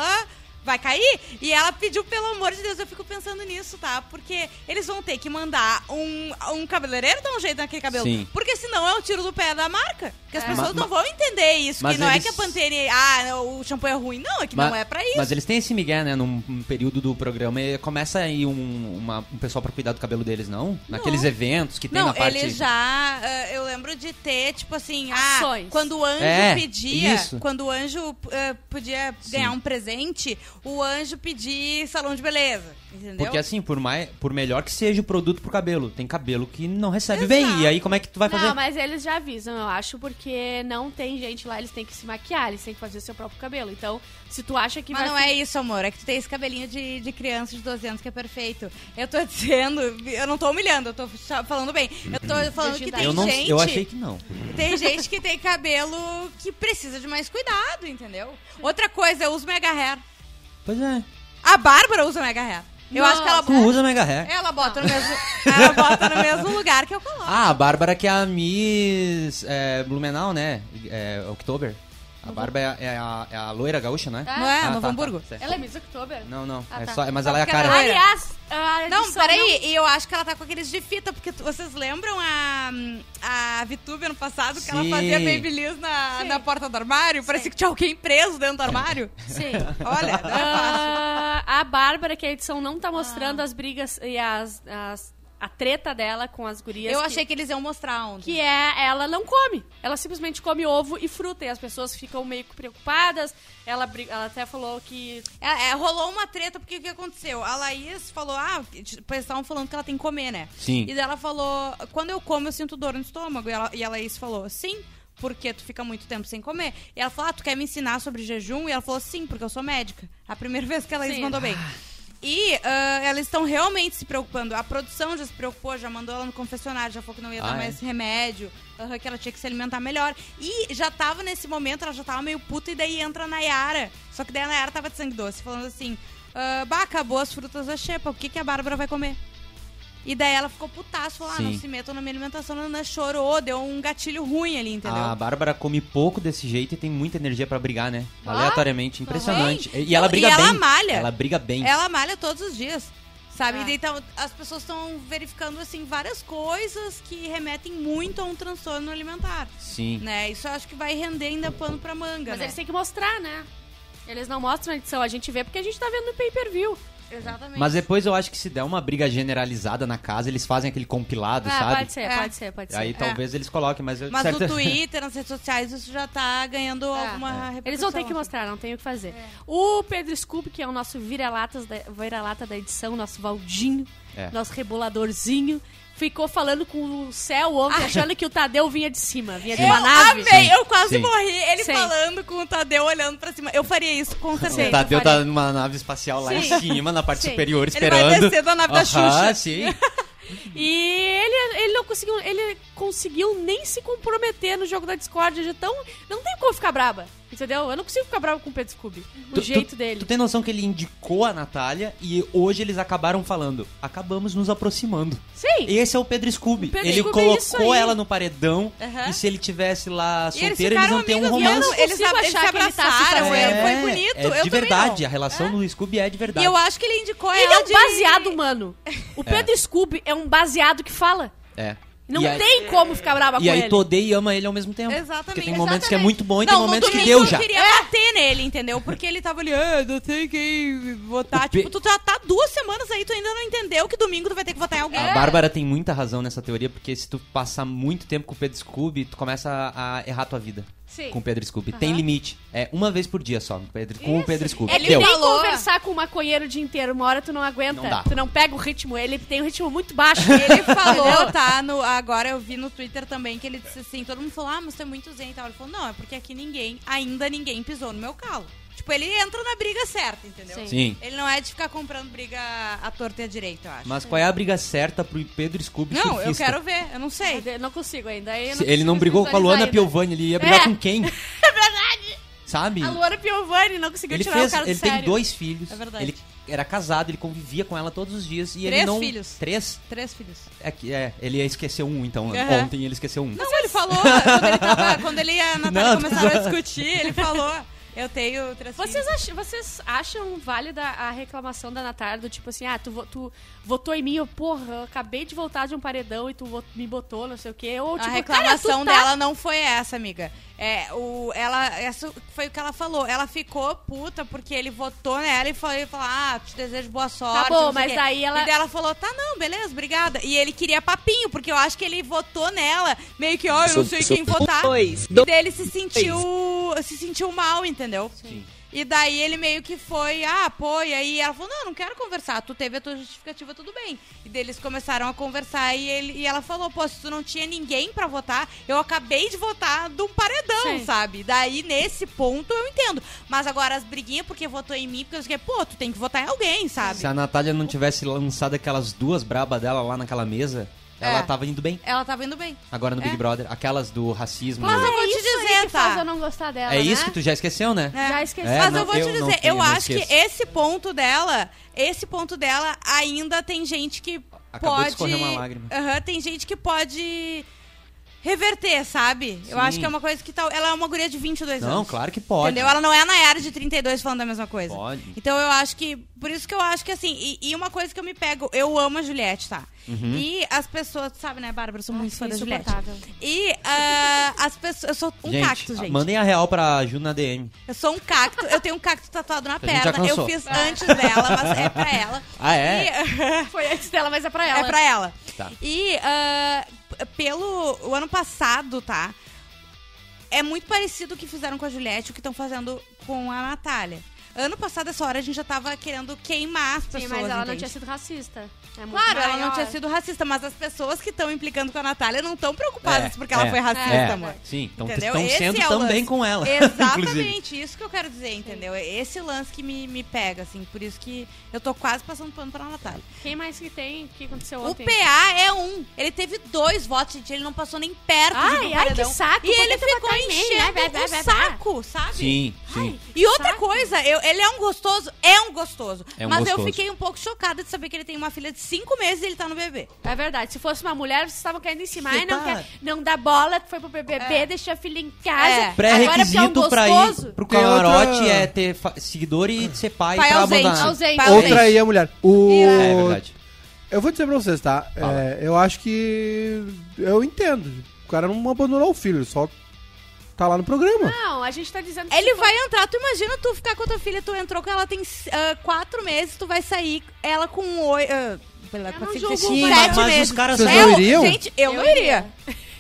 vai cair. E ela pediu, pelo amor de Deus, eu fico pensando nisso, tá? Porque eles vão ter que mandar um, um cabeleireiro dar um jeito naquele cabelo.
Sim.
Porque senão é um tiro do pé da marca. Que as
É.
pessoas
Ma-
não
ma-
vão entender isso. Que
mas
não é
eles-
que a Pantene, ah, o shampoo é ruim. Não, é que não é pra isso.
Mas eles têm esse migué, né? Num num período do programa e começa aí um, uma- um pessoal pra cuidar do cabelo deles, não? Naqueles eventos que tem
Não,
na parte...
ele já. eh, eu lembro de ter, tipo assim,
Ações.
ah, quando o anjo
É,
pedia.
isso.
Quando o anjo eh, podia ganhar um presente, o anjo pedia salão de beleza. Entendeu?
Porque assim, por, mais, por melhor que seja o produto pro cabelo, tem cabelo que não recebe bem. E aí como é que tu vai fazer?
Não, mas eles já avisam, eu acho, porque não tem gente lá, eles têm que se maquiar, eles têm que fazer seu próprio cabelo. Então, se tu acha que
Mas
vai.
não é isso, amor. É que tu tem esse cabelinho de, de criança de 12 anos que é perfeito. Eu tô dizendo, eu não tô humilhando, eu tô só falando bem. Eu tô falando que tem
Uhum. eu, não,
gente.
eu achei que não.
Tem gente que tem cabelo que precisa de mais cuidado, entendeu? Outra coisa, eu uso mega hair.
Pois é.
A Bárbara usa mega hair. Eu acho que ela
Tu usa mega hair.
Ela bota, no mesmo, ela bota no mesmo lugar que eu coloco.
Ah, a Bárbara que é a Miss é, Blumenau, né? É, October.
Uhum.
A Bárbara é, é a, é a loira gaúcha, né?
Tá.
Não é?
Ah,
Novo
Hamburgo.
certo.
Ela é Miss October?
Não, não.
Ah,
é
tá.
só, mas ela é a
Porque ela
cara.
é loira.
Aliás, a
Não,
edição
peraí, e eu acho que ela tá com aqueles de fita, porque tu- vocês lembram a, a Vitube ano passado, que ela
Sim.
fazia babyliss na, na porta do armário? Parecia que tinha alguém preso dentro do armário.
Sim.
Olha, não é fácil.
tá Ah, a Bárbara, que a edição não tá mostrando as brigas e as, as- a treta dela com as gurias.
Eu achei que eles iam mostrar ontem.
Que é, ela não come. Ela simplesmente come ovo e fruta. E as pessoas ficam meio que preocupadas. Ela, bri- ela até falou que.
É, é, rolou uma treta, porque o que aconteceu? A Laís falou, ah, tipo, eles estavam falando que ela tem que comer, né?
Sim.
E daí ela falou, quando eu como eu sinto dor no estômago. E, ela, e a Laís falou, sim, porque tu fica muito tempo sem comer. E ela falou, ah, tu quer me ensinar sobre jejum? E ela falou, sim, porque eu sou médica. A primeira vez que a Laís
Sim.
mandou bem. E ah, elas estão realmente se preocupando. A produção já se preocupou, já mandou ela no confessionário, já falou que não ia
Ah,
dar
é?
mais remédio, aham, que ela tinha que se alimentar melhor. E já tava nesse momento, ela já tava meio puta, e daí entra a Nayara. Só que daí a Nayara tava de sangue doce, falando assim: ah, Bah, acabou as frutas da Xepa, o que, que a Bárbara vai comer? E daí ela ficou putaço, falou: Ah, não
Sim.
se metam na minha alimentação, não, não, chorou, deu um gatilho ruim ali, entendeu?
A Bárbara come pouco desse jeito e tem muita energia pra brigar, né? Aleatoriamente, impressionante. E, e ela briga
tá e ela
bem.
malha.
Ela briga bem.
Ela malha todos os dias. Sabe?
Ah.
E daí tão- as pessoas estão verificando assim várias coisas que remetem muito a um transtorno alimentar.
Sim.
Né? Isso eu acho que vai render ainda pano pra manga.
Mas
né?
eles têm que mostrar, né? Eles não mostram a edição, a gente vê porque a gente tá vendo no pay-per-view.
Exatamente.
Mas depois eu acho que se der uma briga generalizada na casa, eles fazem aquele compilado,
Ah,
sabe?
pode ser,
É.
pode ser, pode ser.
Aí
É.
talvez eles coloquem, mas eu
Mas
certo-
no Twitter, nas redes sociais, isso já tá ganhando alguma
É.
repercussão.
É. Eles vão ter que mostrar, É. não tem o que fazer. O Pedro Scoop, que é o nosso vira-lata da, vira-lata da edição, nosso Valdinho,
É.
nosso reboladorzinho, ficou falando com o céu ontem, achando que o Tadeu vinha de cima, vinha de
Eu
uma nave.
amei, eu quase
Sim.
morri. Ele
Sim.
falando com o Tadeu olhando pra cima. Eu faria isso, com certeza.
O Tadeu
faria.
tá numa nave espacial lá
Sim.
em cima, na parte
Sim.
superior,
Ele vai
esperando.
descer da nave da
Aham,
Xuxa.
sim.
E ele, ele não conseguiu, ele conseguiu nem se comprometer no jogo da Discord, de tão não tem como eu ficar braba, entendeu? Eu não consigo ficar brava com o Pedro Scooby, o jeito dele.
Tu tem noção que ele indicou a Natália e hoje eles acabaram falando, acabamos nos aproximando.
Sim.
Esse é o Pedro Scooby.
O Pedro
ele
Scooby é isso
colocou
aí.
ela no paredão
Aham.
e se ele tivesse lá
E eles
solteiro, eles,
ficaram
não iam ter um
amigos, e eu
romance.
não- eles,
Consigo
ab- eles se
achar que ele tá se
abraçaram,
fazendo.
ele foi bonito.
é
eu também
de verdade,
não.
a relação do Scooby é de verdade.
E eu acho que ele indicou
Ele é
ela
um
de-
baseado humano. O Pedro Scooby é um baseado que fala.
É.
Não
E aí-
tem como ficar brava
E
com
aí
ele.
tu odeia e ama ele ao mesmo tempo.
Exatamente.
Porque tem momentos que é
exatamente.
muito bom e
não,
tem momentos
no
que
domingo
deu já.
Eu queria bater nele, entendeu? Porque ele tava ali, ah, não sei quem votar.
O Pe-
Tipo, tu já tá duas semanas aí, tu ainda não entendeu que domingo tu vai ter que votar em alguém.
A Bárbara tem muita razão nessa teoria, porque se tu passar muito tempo com o Pedro Scooby, tu começa a a errar tua vida.
Sim.
Com o Pedro Scooby. Tem limite. É uma vez por dia só, Pedro, com o
É
Pedro Scooby.
Ele
Deu.
nem
falou.
conversar com o maconheiro o dia inteiro. Uma hora tu não aguenta.
Não dá.
tu não pega o ritmo. Ele tem um ritmo muito baixo.
Ele falou, tá? No, agora eu vi no Twitter também que ele disse assim: todo mundo falou, ah, mas tu é muito zen e tal. Ele falou, não, é porque aqui ninguém, ainda ninguém pisou no meu calo. Tipo, ele entra na briga certa, entendeu?
Sim.
Sim.
Ele não é de ficar comprando briga à torta e à direita, eu acho.
Mas qual é a briga certa pro Pedro Scooby
não, eu
surfista?
quero ver, eu não sei.
Eu não consigo ainda. eu
Se ele não
consigo
brigou com a
visualizar
Luana
ainda.
Piovani, ele ia brigar
É.
com quem? É verdade. Sabe?
A Luana Piovani não conseguiu
Ele
tirar
fez,
o cara do
ele
sério.
tem dois filhos.
É verdade.
Ele era casado, ele convivia com ela todos os dias e ele
Três
não
filhos.
Três?
Três filhos.
É, que- é, ele esqueceu um, então.
Aham.
Ontem ele esqueceu um.
Não, ele falou, quando ele, tava, quando ele e a Natália
Não,
começaram a
não.
discutir, ele falou, eu tenho três
Vocês,
filhos.
ach- vocês acham válida a reclamação da Natália do tipo assim, ah, tu, vo- tu votou em mim, eu, porra, eu acabei de voltar de um paredão e tu vo- me botou, não sei o quê. Ou,
A
tipo,
reclamação
cara, tu tá-
dela não foi essa, amiga. É, o, ela, essa foi o que ela falou. Ela ficou puta porque ele votou nela e foi falar: ah, te desejo boa sorte.
Tá bom,
não sei o
mas
quê.
daí ela-
E daí ela falou: tá, não, beleza, obrigada. E ele queria papinho, porque eu acho que ele votou nela, meio que, ó, eu não
Sou-
sei
sou-
quem votar.
Dois,
E daí ele se sentiu, se sentiu mal, entendeu?
Sim.
E daí ele meio que foi, ah, pô, e aí ela falou, não, não quero conversar, tu teve a tua justificativa, tudo bem. E daí eles começaram a conversar e, ele, e ela falou, pô, se tu não tinha ninguém pra votar, eu acabei de votar de um paredão,
Sim.
sabe? Daí, nesse ponto, eu entendo. Mas agora as briguinhas, porque votou em mim, porque eu sei, pô, tu tem que votar em alguém, sabe?
Se a Natália não tivesse lançado aquelas duas brabas dela lá naquela mesa,
É.
ela tava indo bem.
Ela tava indo bem.
Agora no Big
É.
Brother. Aquelas do racismo.
Mas
do-
eu vou te
É isso aí
dizer,
que faz
tá?
eu não gostar dela,
É isso
né?
que tu já esqueceu, né?
É.
Já esqueci.
É,
Mas
não,
eu vou te
eu não
dizer,
tenho,
eu
não
acho que
esqueço.
esse ponto dela, esse ponto dela ainda tem gente que
Acabou de
pode.
escorrer uma lágrima.
Aham, tem gente que pode reverter, sabe? Eu
Sim.
acho que é uma coisa que tal. Ela é uma guria de 22 anos.
Não, claro que pode.
Entendeu? Ela não é a Nayara de 32 falando a mesma coisa.
Pode.
Então eu acho que. Por isso que eu acho que assim. E, e uma coisa que eu me pego. Eu amo a Juliette, tá?
Uhum.
E as pessoas. tu Sabe, né, Bárbara? Eu sou muito fã da Juliette.
é insuportável.
E ah, as pessoas. Eu sou um
gente,
cacto, gente.
Mandem a real pra Ju na DM.
Eu sou um cacto, eu tenho um cacto tatuado na
A gente já
perna. Eu
cansou.
fiz antes dela, mas é pra ela.
Ah, é?
E-
Foi antes dela, mas é pra ela.
é pra ela.
Tá.
E ah, p- pelo o ano passado, tá? É muito parecido o que fizeram com a Juliette, o que estão fazendo com a Natália. Ano passado, essa hora, a gente já tava querendo queimar as pessoas.
Sim, mas ela não
entende?
tinha sido racista. É muito
Claro, ela não
maior.
tinha sido racista, mas as pessoas que estão implicando com a Natália não estão preocupadas
É,
porque ela
é,
foi racista,
é.
amor.
Sim, então
Entendeu?
estão
Esse
sendo
é o
também
lance.
com ela. inclusive.
Exatamente, isso que eu quero dizer, entendeu? É Esse lance que me, me pega, assim, por isso que eu tô quase passando pano pra Natália.
Quem mais que tem? O que aconteceu
O
ontem?
PA é um, ele teve dois votos, gente, ele não passou nem perto de ir
Ai,
pro
ai, que
paredão.
saco.
E ele
Vou tentar
ficou
votar em mim,
enchendo
né? vai, vai, vai,
o
vai, vai.
saco, sabe?
Sim, sim.
E outra
Saco.
coisa, eu- ele é um gostoso, é um gostoso.
É um
mas eu
gostoso.
fiquei um pouco chocada de saber que ele tem uma filha de cinco meses e ele tá no bebê.
É verdade. Se fosse uma mulher, vocês estavam caindo em cima. Ai, não,
Você tá-
quer, não dá bola, foi pro BBB, deixou a filha em
É.
casa. Agora porque é um
Pré-requisito pra ir
gostoso.
pro
Tem outra-
camarote é ter fa- seguidor e ser pai,
Pai
pra
É ausente,
abandonar.
ausente.
Pai
Outra aí a mulher. O...
É verdade.
Eu vou dizer pra vocês, tá?
Fala.
É, eu acho que. Eu entendo. O cara não abandonou o filho, só Tá lá no programa.
Não, a gente tá dizendo que
Ele
se for-
vai entrar, tu imagina tu ficar com a tua filha, tu entrou com ela tem ah, quatro meses, tu vai sair ela com oito. ah, pela-
Eu
com a
não
filha-
julgo,
sete
mas-
mas os
meses.
caras
Vocês
eu,
não iriam?
Gente, eu,
Eu
não iria.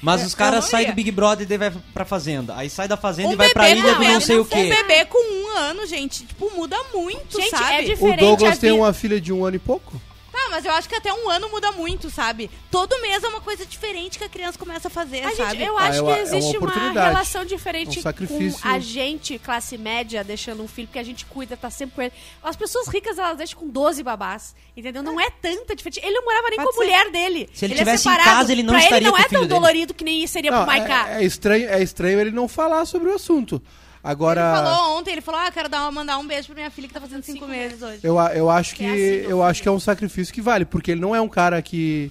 Mas os caras
não
saem
ia.
do Big Brother e daí vai pra fazenda. Aí sai da fazenda
Um
e vai pra
bebê
ilha
com
do não
menos-
sei o quê.
Um bebê com um ano, gente, tipo, muda muito,
Gente,
sabe?
é
O
diferente.
Douglas
a
tem
vida-
uma filha de um ano e pouco.
Tá, mas eu acho que até um ano muda muito, sabe? Todo mês é uma coisa diferente que a criança começa a fazer,
A gente-
sabe?
eu
Ah,
acho
eu- é
que
uma
existe uma,
oportunidade.
relação diferente
É um sacrifício.
com a gente, classe média, deixando um filho, porque a gente cuida, tá sempre com ele. As pessoas ricas, elas deixam com 12 babás, entendeu? Não é tanta diferença. Ele não morava nem
Pode
com a
ser.
mulher dele.
Se ele
é
tivesse em
separado.
casa, ele não
pra
estaria
ele não
com
é
o filho
tão
dele.
dolorido que nem seria
Não,
pro Maiká.
é, é estranho, é estranho ele não falar sobre o assunto. Agora.
Ele falou ontem, ele falou, ah, quero dar uma- mandar um beijo pra minha filha que tá fazendo cinco, meses hoje.
Eu, a- eu acho que
É assim, meu
eu acho que é um sacrifício que vale, porque ele não é um cara que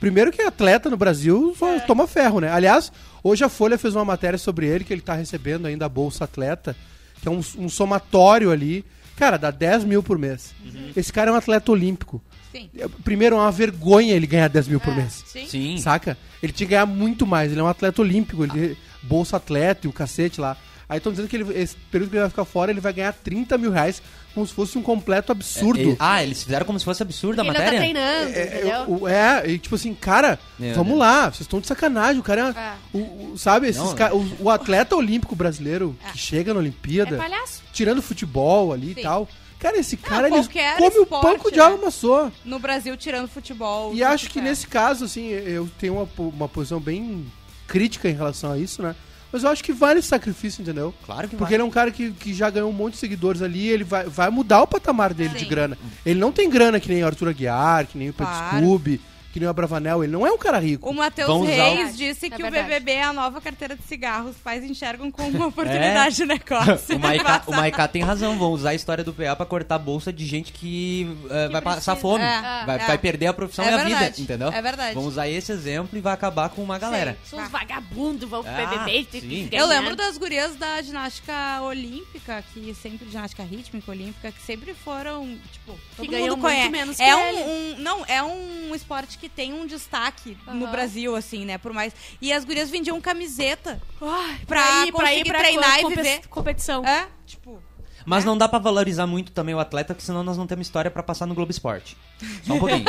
primeiro que é atleta no Brasil, só
É.
toma ferro, né? Aliás, hoje a Folha fez uma matéria sobre ele que ele tá recebendo ainda a bolsa atleta, que é um, um somatório ali, cara, dá 10 mil por mês.
Uhum.
Esse cara é um atleta olímpico.
Sim.
É, Primeiro é uma vergonha ele ganhar 10 mil por
É.
mês.
Sim.
Sim.
Saca? Ele tinha que ganhar muito mais. Ele é um atleta olímpico, ele bolsa atleta e o cacete lá. Aí estão dizendo que ele- esse período que ele vai ficar fora, ele vai ganhar 30 mil reais, como se fosse um completo absurdo.
Ele- ah, eles fizeram como se fosse absurdo a
Ele ainda tá
matéria?
treinando,
É,
entendeu?
eu- o- é, e tipo assim, cara,
Meu
vamos
Deus.
lá, vocês estão de sacanagem. O cara, é- o, o- sabe, esses
Não, né?
ca- o, o atleta olímpico brasileiro que chega na
É
Olimpíada,
palhaço.
tirando futebol ali e tal. Cara, esse cara, ele
qualquer
come um o
esporte,
banco de
né?
alma só.
No Brasil, tirando futebol.
E
tudo
acho que
é.
nesse caso, assim, eu tenho uma, po- uma posição bem crítica em relação a isso, né? Mas eu acho que vale o sacrifício, entendeu?
Claro que
Porque ele é um cara que, que já ganhou um monte de seguidores ali, ele vai, vai mudar o patamar dele de
Sim.
grana. Ele não tem grana que nem o Arthur Aguiar, que nem o Pedro
Claro.
Scooby, que nem o Abravanel. Ele não é um cara rico.
O Matheus
Vão usar o-
Reis disse
É
que o
verdade.
BBB é a nova carteira de cigarros. Os pais enxergam como uma oportunidade de negócio.
É. O Maiká, o Maiká tem razão, vão usar a história do PA pra cortar a bolsa de gente que, eh, vai passar fome.
É,
vai,
é.
vai perder a profissão
É
e a
verdade,
vida, entendeu?
é verdade. é.
Vão usar esse exemplo e vai acabar com uma
é
galera.
São uns vagabundos, vão pro
Ah,
BBB. tem que
sim.
ganhar.
Eu lembro das gurias da ginástica olímpica, que sempre, ginástica rítmica olímpica, que sempre foram, tipo, todo
ganham
mundo
muito
conhece.
menos que
é um,
ele.
um- não, é um esporte que tem um destaque no
Aham.
Brasil, assim, né, por mais... E as gurias vendiam camiseta
Ai,
pra conseguir treinar e viver.
competição.
É, tipo.
Mas não dá pra valorizar muito também o atleta, porque senão nós não temos história pra passar no Globo Esporte. Só um pouquinho.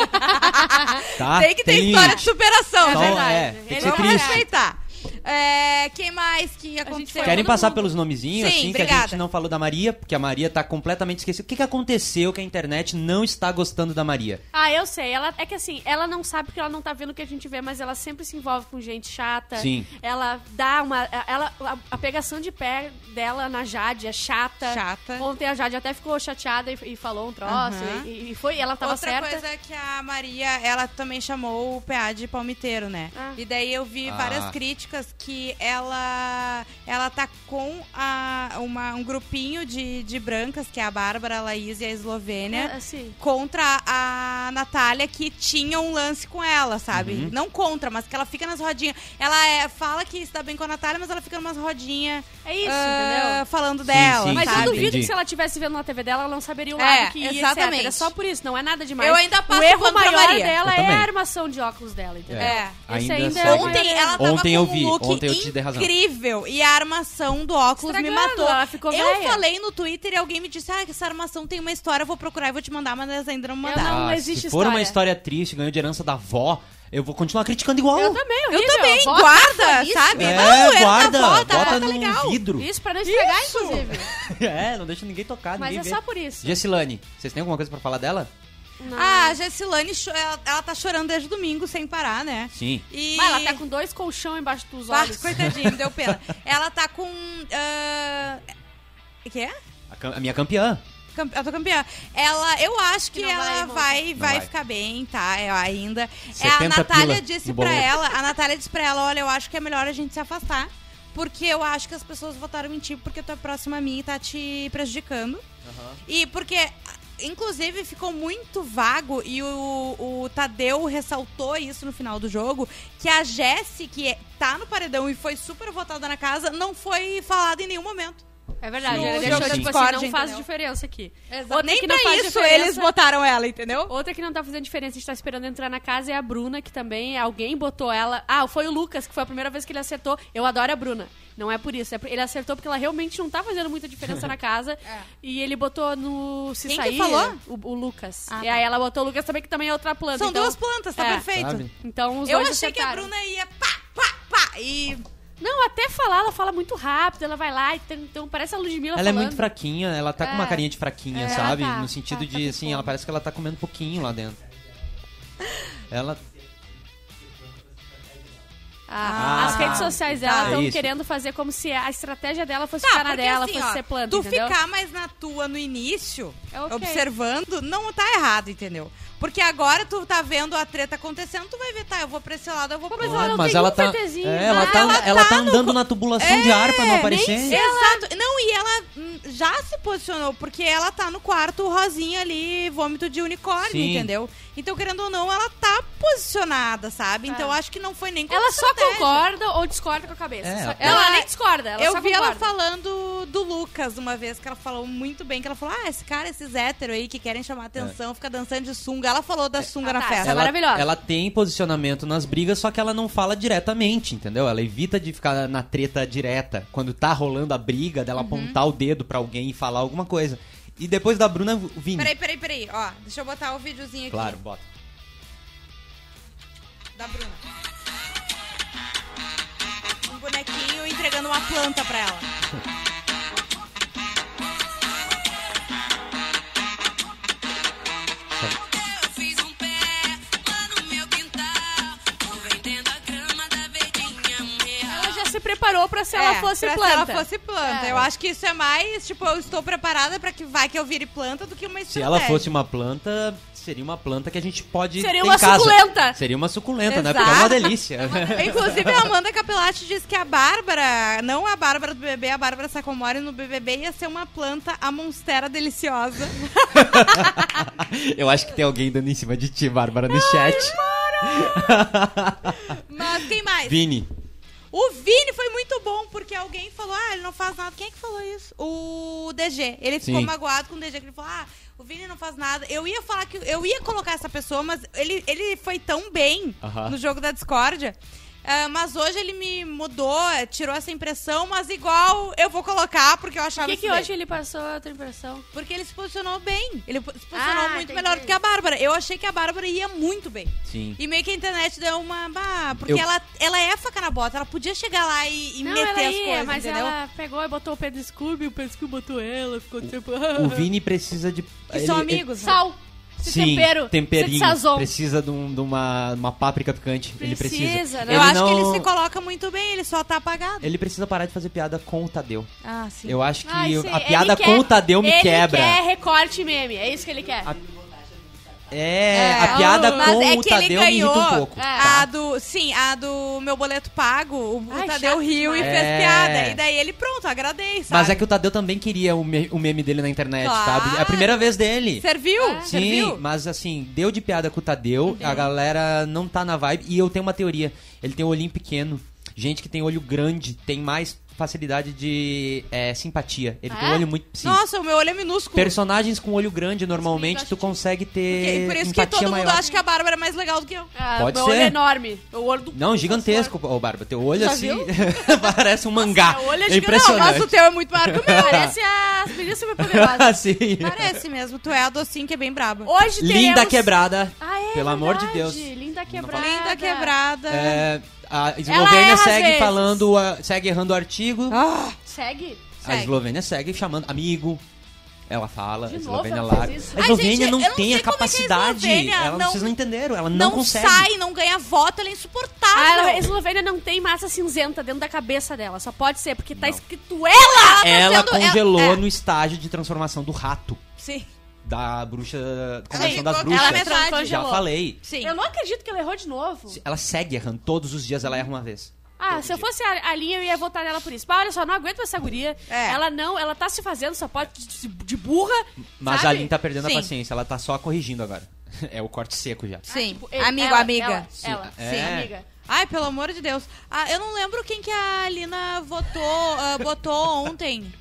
Tá?
tem que ter
Tem-
história de superação,
Então,
né?
é, tem que
Ele
ser
é um
Vamos
triste.
respeitar. É, quem mais que aconteceu?
Querem
Todo
passar
mundo.
pelos nomezinhos,
Sim,
assim, que a
obrigada.
gente não falou da Maria, porque a Maria tá completamente esquecida. O que, que aconteceu que a internet não está gostando da Maria?
Ah, eu sei. Ela é que assim, ela não sabe que ela não tá vendo o que a gente vê, mas ela sempre se envolve com gente chata.
Sim.
Ela dá uma. Ela, a, a pegação de pé dela na Jade é chata.
Chata.
Ontem a Jade até ficou chateada e, e falou um troço.
Aham.
E, e foi, ela tava
Outra
certa.
coisa é que a Maria, ela também chamou o PA de palmiteiro, né?
Ah.
E daí eu vi
Ah.
várias críticas que ela ela tá com a, uma, um grupinho de, de brancas, que é a Bárbara, a Laís e a Eslovênia.
É, assim.
Contra a Natália, que tinha um lance com ela, sabe?
Uhum.
Não contra, mas que ela fica nas rodinhas. Ela é- fala que está bem com a Natália, mas ela fica numas rodinhas
É isso,
ah,
entendeu?
falando
Sim,
dela.
sim,
Mas
sabe?
eu duvido
Entendi.
que se ela estivesse vendo na TV dela, ela não saberia o
É,
lado que ia,
exatamente.
etc. É só por isso, não é nada demais.
Eu ainda passo
o erro
pano pra
maior
Maria.
dela
Eu
é
também.
a armação de óculos dela, entendeu?
É.
Esse
Ainda
ainda
segue.
Ontem ela tava
Ontem
com
eu
um
vi,
look
ontem eu te dei razão.
incrível e a armação do óculos me
Estragando,
matou.
ela ficou
eu
velha.
falei no Twitter e alguém me disse: "Ah, que essa armação tem uma história, eu vou procurar e vou te mandar", mas elas ainda não mandaram.
Não
Ah,
existe
se for uma
história.
história triste, ganhou de herança da avó, eu vou continuar criticando igual.
Eu também,
Eu
horrível.
também,
Bota
guarda,
isso.
sabe?
É,
não, ele
guarda,
tá foda,
bota
tá
num
legal.
vidro.
Isso, pra não estragar,
Isso.
inclusive.
É, não deixa ninguém tocar,
Mas
ninguém
é
vê.
só por isso.
Gessilane, vocês têm alguma coisa pra falar dela?
Ah, a Gessilane, cho- ela, ela tá chorando desde domingo sem parar, né?
Sim.
E
Mas ela tá com dois colchão embaixo dos
Ah,
olhos.
coitadinha, me deu pena. Ela tá com ah, que é?
A, cam- a minha campeã.
Campe- Eu tô campeã. Ela, eu acho que,
Que não
ela
vai voltar.
vai, vai,
Não vai.
ficar bem, tá? Eu ainda. É, a
70
Natália
pila
disse
no
pra
bolão.
ela, a Natália disse pra ela, olha, eu acho que é melhor a gente se afastar. Porque eu acho que as pessoas votaram em ti porque tu é próxima a mim e tá te prejudicando. E porque, inclusive, ficou muito vago e o, o Tadeu ressaltou isso no final do jogo, que a Jessi, que é- tá no paredão e foi super votada na casa, não foi falada em nenhum momento.
É verdade,
Sim,
ela
sim,
deixou, tipo
sim.
assim,
Discorde,
não faz
entendeu?
diferença aqui.
Exato. Nem
que
pra
não faz
isso
diferença-
eles votaram ela, entendeu?
Outra que não tá fazendo diferença, a gente tá esperando entrar na casa, é a Bruna, que também alguém botou ela. Ah, foi o Lucas, que foi a primeira vez que ele acertou. Eu adoro a Bruna. Não é por isso. é por- Ele acertou porque ela realmente não tá fazendo muita diferença na casa. E ele botou no. Se
É. Quem que
sair.
falou?
O, o Lucas.
Ah,
e
tá.
aí ela botou o Lucas também, que também é outra planta.
São
então-
duas plantas, tá
É.
perfeito.
Sabe?
Então os
Eu
dois
achei que a
acertaram.
Bruna ia pá, pá, pá. E
Não, até falar, ela fala muito rápido, ela vai lá, então, então parece a Ludmilla
Ela é
falando.
muito fraquinha, ela tá com
É.
uma carinha de fraquinha,
É,
sabe?
ela tá,
no sentido
tá, tá
de,
com
assim,
fome.
ela parece que ela tá comendo pouquinho lá dentro. Ela.
Ah,
Ah,
as redes sociais dela
tá.
estão
É isso.
querendo fazer como se a estratégia dela fosse
tá,
ficar na
porque
dela,
assim,
fosse
ó,
ser planta,
tu
entendeu?
ficar mais na tua no início,
É ok.
observando, não tá errado, entendeu? Porque agora tu tá vendo a treta acontecendo, tu vai ver, tá, eu vou pra esse lado, eu vou pra
mas
esse
ela
lado.
não
mas
tem
ela
um
tá,
fetezinho,
é,
né?
ela tá.
Ela
ela
tá
tá
no
andando na tubulação de ar
É,
pra não aparecer.
É, Exato. Não, e ela hum, já se posicionou, porque ela tá no quarto rosinha ali, vômito de unicórnio,
Sim.
entendeu? Então, querendo ou não, ela tá posicionada, sabe? Então, acho que não foi nem com
É. Ela só
estratégia.
concorda ou discorda com a cabeça.
É,
Só-
ela-
ela nem discorda, ela
eu
só
vi
concorda.
ela falando do Lucas uma vez, que ela falou muito bem, que ela falou, ah, esse cara, esses héteros aí que querem chamar atenção, fica dançando de sunga. Ela falou da sunga
Ah,
na
tá,
festa.
essa é maravilhosa.
É. Ela tem posicionamento nas brigas, só que ela não fala diretamente, entendeu? Ela evita de ficar na treta direta. Quando tá rolando a briga, dela apontar o dedo pra alguém e falar alguma coisa. E depois da Bruna, o Vini.
Peraí, peraí, peraí. Ó, deixa eu botar o videozinho aqui
Claro, bota.
da Bruna. Um bonequinho entregando uma planta pra ela.
Eu fiz um pé lá no meu quintal. Tô vendendo a grama da verdinha. um real.
Ela já se preparou pra se ela
É,
fosse
pra
planta.
Se ela fosse planta. Eu acho que isso é mais, tipo, eu estou preparada pra que vai que eu vire planta do que uma
Se
estratégia.
ela fosse uma planta, seria uma planta que a gente pode
Seria
ter
uma
em casa.
suculenta.
Seria uma suculenta, né?
Exato.
Porque é uma delícia.
Inclusive, a Amanda Capelati disse que a Bárbara, não a Bárbara do BBB, a Bárbara Sacomori no BBB ia ser uma planta, a monstera deliciosa.
Eu acho que tem alguém dando em cima de ti, Bárbara, no chat.
Mas quem mais?
Vini.
O Vini foi muito bom, porque alguém falou, ah, ele não faz nada. Quem é que falou isso? O DG. Ele ficou
Sim.
magoado com o DG, que ele falou, ah, o Vini não faz nada. Eu ia falar que eu ia colocar essa pessoa, mas ele, ele foi tão bem
Aham.
no jogo da discórdia. Ah, mas hoje ele me mudou, eh, tirou essa impressão, mas igual eu vou colocar, porque eu
O
achava
que,
isso
que
dele.
hoje ele passou outra impressão?
Porque ele se posicionou bem. Ele po- se posicionou
Ah,
muito
entendi.
melhor do que a Bárbara. Eu achei que a Bárbara ia muito bem.
Sim.
E meio que a internet deu uma. bah, porque
Eu-
ela, ela é faca na bota, ela podia chegar lá e, e
não,
meter
ela
as
ia,
coisas,
mas
entendeu?
ela pegou e botou o Pedro Scooby, o Pedro Scooby botou ela, ficou tipo...
O Vini é precisa de.
Que são amigos, né?
Sal, esse
Sim,
tempero, esse
temperinho.
sazon.
Precisa de, um- de uma, uma páprica picante. ele precisa.
Precisa, né?
Eu
Ele
acho que
não-
ele se coloca muito bem, ele só tá apagado.
Ele precisa parar de fazer piada com o Tadeu.
Ah, sim.
Eu acho que
Ai,
eu-
sim,
a
ele
piada
quer-
com o Tadeu me
ele
quebra.
quer recorte meme, é isso que ele quer.
A- É, a piada
Mas
com
é
o
que ele
Tadeu me
ganhou Ah,
irrita um pouco.
É.
a do. Sim, a do meu boleto pago. O, o
Ai,
Tadeu
chato
riu e
demais.
fez
É.
piada. E daí ele, pronto, agradei, sabe?
Mas é que o Tadeu também queria o, me- o meme dele na internet,
Claro.
sabe? É a primeira vez dele.
Serviu?
É.
Sim,
Serviu?
mas assim, deu de piada com o
Tá
Tadeu, a galera não tá na vibe. E eu tenho uma teoria: ele tem um olhinho pequeno. Gente que tem olho grande tem mais facilidade de é, simpatia. Ele tem um
É?
olho muito. Sim.
Ah? Nossa, o meu olho é minúsculo.
Personagens com olho grande, normalmente, tu consegue ter.
E por isso que
empatia
todo mundo
maior.
acha que a Bárbara é mais legal do que eu.
Ah,
Pode
meu olho
ser.
é enorme. O olho do
Não, gigantesco, ô Barba. Teu olho
Já
assim.
viu?
parece um mangá.
meu olho é
é
gigante.
Não,
impressionante.
mas o teu é muito maior que o meu.
Parece é as meninas superpoderosas.
Sim.
Parece mesmo, tu é a docinho que é bem braba.
Hoje teremos...
Assim, Linda quebrada.
Ah, é
Pelo amor de
verdade,
Deus.
Linda quebrada.
Linda quebrada.
É, a Eslovênia
erra às
segue
vezes.
falando, a- segue errando o artigo.
Ah,
Segue.
A
segue.
Eslovênia segue chamando amigo. Ela fala,
De
a
novo
Eslovênia
ela
larga.
fez isso?
A
Ai,
Eslovênia
gente,
não
eu não
tem
sei como é
a
que a
capacidade.
Eslovênia
ela,
não-
vocês não entenderam, ela não,
não
consegue.
sai, não ganha voto, ela é
Ah,
insuportável.
ela- a Eslovênia não tem massa cinzenta dentro da cabeça dela. Só pode ser, porque tá escrito ela!
tá
Ela
sendo-
congelou
ela- é,
no estágio de transformação do rato.
Sim,
Da bruxa. Convenção
ficou-
das
ela
bruxas.
me transformou.
Já falei.
sim.
Eu não acredito que ela errou de novo.
Ela segue errando. Todos os dias ela erra uma vez.
Ah, se eu fosse a, a linha, eu ia votar nela por isso. Mas olha só, não aguento essa guria.
É.
Ela não, ela tá se fazendo, só pode de, de burra.
Mas
sabe?
a Lin tá perdendo
Sim.
a paciência. Ela tá só corrigindo agora. É o corte seco já.
Sim,
Tipo, ele-
amigo,
ela,
amiga.
Ela, ela,
É.
sim, amiga.
Ai, pelo amor de Deus. Ah, eu não lembro quem que a Lina votou, ah, botou ontem.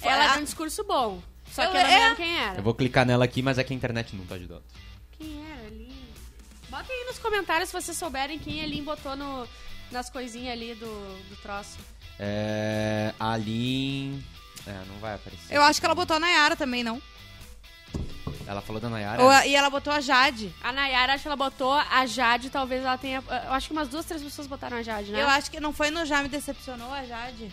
Foi
Ela
a-
deu um discurso bom. Só
Eu-
que eu não
é.
lembro quem era.
Eu vou clicar nela aqui, mas é que a internet não tá ajudando.
Quem era ali? Bota aí nos comentários se vocês souberem quem a Lin botou no, nas coisinhas ali do, do troço.
É, Alin. É, não vai aparecer.
Eu acho que ela botou a Nayara também, não?
Ela falou da Nayara.
Ou a- e ela botou a Jade.
A Nayara, acho que ela botou a Jade, talvez ela tenha. Eu acho que umas duas, três pessoas botaram a Jade, né?
Eu acho que não foi no Já Me Decepcionou a Jade.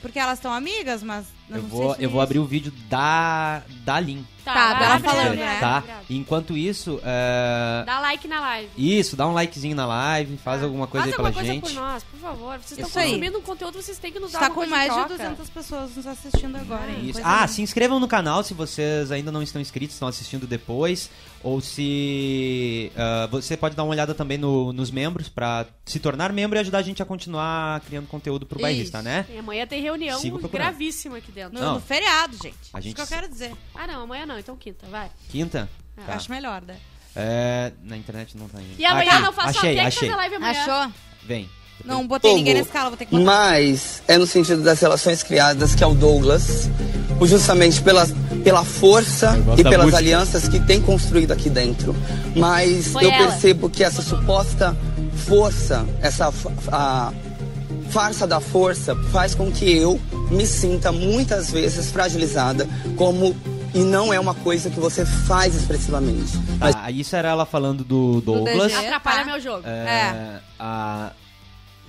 Porque elas estão amigas, mas.
Eu
não
vou,
sei se é
eu vou abrir o vídeo da, da Lin.
Tá,
Ah,
Tá, dela
Pra gente
falando,
ver,
né?
Tá?
Obrigada.
E Enquanto isso, é,
Dá like na live.
isso, dá um likezinho na live, faz alguma coisa
Tá. Faz
aí pela
alguma coisa
gente.
por nós, por favor. Vocês
Isso
estão
aí.
consumindo um conteúdo, vocês têm que nos dar
Está
alguma
Tá com
coisa
mais
em
de
troca.
200 pessoas nos assistindo agora, hein?
Isso.
Coisa
Ah,
linda.
se inscrevam no canal se vocês ainda não estão inscritos, estão assistindo depois. Ou se. ah, você pode dar uma olhada também no- nos membros pra se tornar membro e ajudar a gente a continuar criando conteúdo pro bairrista, né?
E amanhã tem reunião
Sigo procurando.
gravíssima aqui dentro.
No- Não. no
feriado, gente.
A gente-
Isso que eu quero dizer.
Ah, não, amanhã não, então quinta, vai.
Quinta?
Ah,
Tá.
Acho melhor, né?
É, na internet não tá indo.
E amanhã
Aqui,
não faço
achei,
até que
achei.
fazer live amanhã.
Achou?
Vem.
Não botei ninguém na
Povo.
escala, vou ter que botar.
Mas é no sentido das relações criadas que é o Douglas, justamente pela, pela força
gosto
e
da
pelas
música.
alianças que tem construído aqui dentro. Mas
Foi
eu
ela.
percebo que essa suposta força, essa fa- a farsa da força, faz com que eu me sinta muitas vezes fragilizada como. E não é uma coisa que você faz expressivamente. Mas
Tá, isso era ela falando do Douglas.
Tá.
Atrapalha meu jogo.
É, a-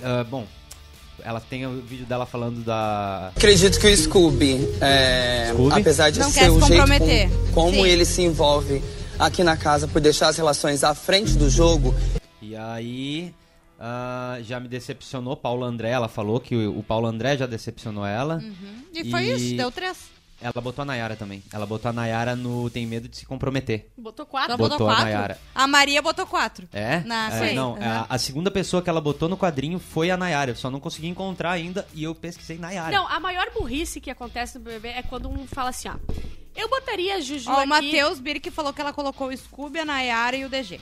ah, bom, ela tem o vídeo dela falando da.
Acredito que o Scooby, é,
Scooby?
apesar de
Não
ser
quer se
o jeito
comprometer.
com- como
Sim.
ele se envolve aqui na casa por deixar as relações à frente do jogo,
E aí. ah, já me decepcionou. Paulo André, ela falou que o, o Paulo André já decepcionou ela.
Uhum.
E foi isso, deu três.
Ela botou a Nayara também. Ela botou a Nayara no Tem Medo de Se Comprometer.
Botou quatro.
Ela
Botou
botou,
a
quatro?
Nayara.
A Maria botou quatro.
É?
Ah,
Na-
É,
Sim.
não,
Uhum.
a, a segunda pessoa que ela botou no quadrinho foi a Nayara. Eu só não consegui encontrar ainda e eu pesquisei Nayara.
Não, a maior burrice que acontece no BBB é quando um fala assim, ó. Eu botaria a Juju
Ó,
aqui...
o Matheus Birk falou que ela colocou o Scooby, a Nayara e o DG.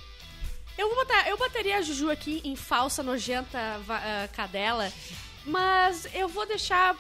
Eu, vou botar, eu botaria a Juju aqui em falsa, nojenta va- ah, cadela, mas eu vou deixar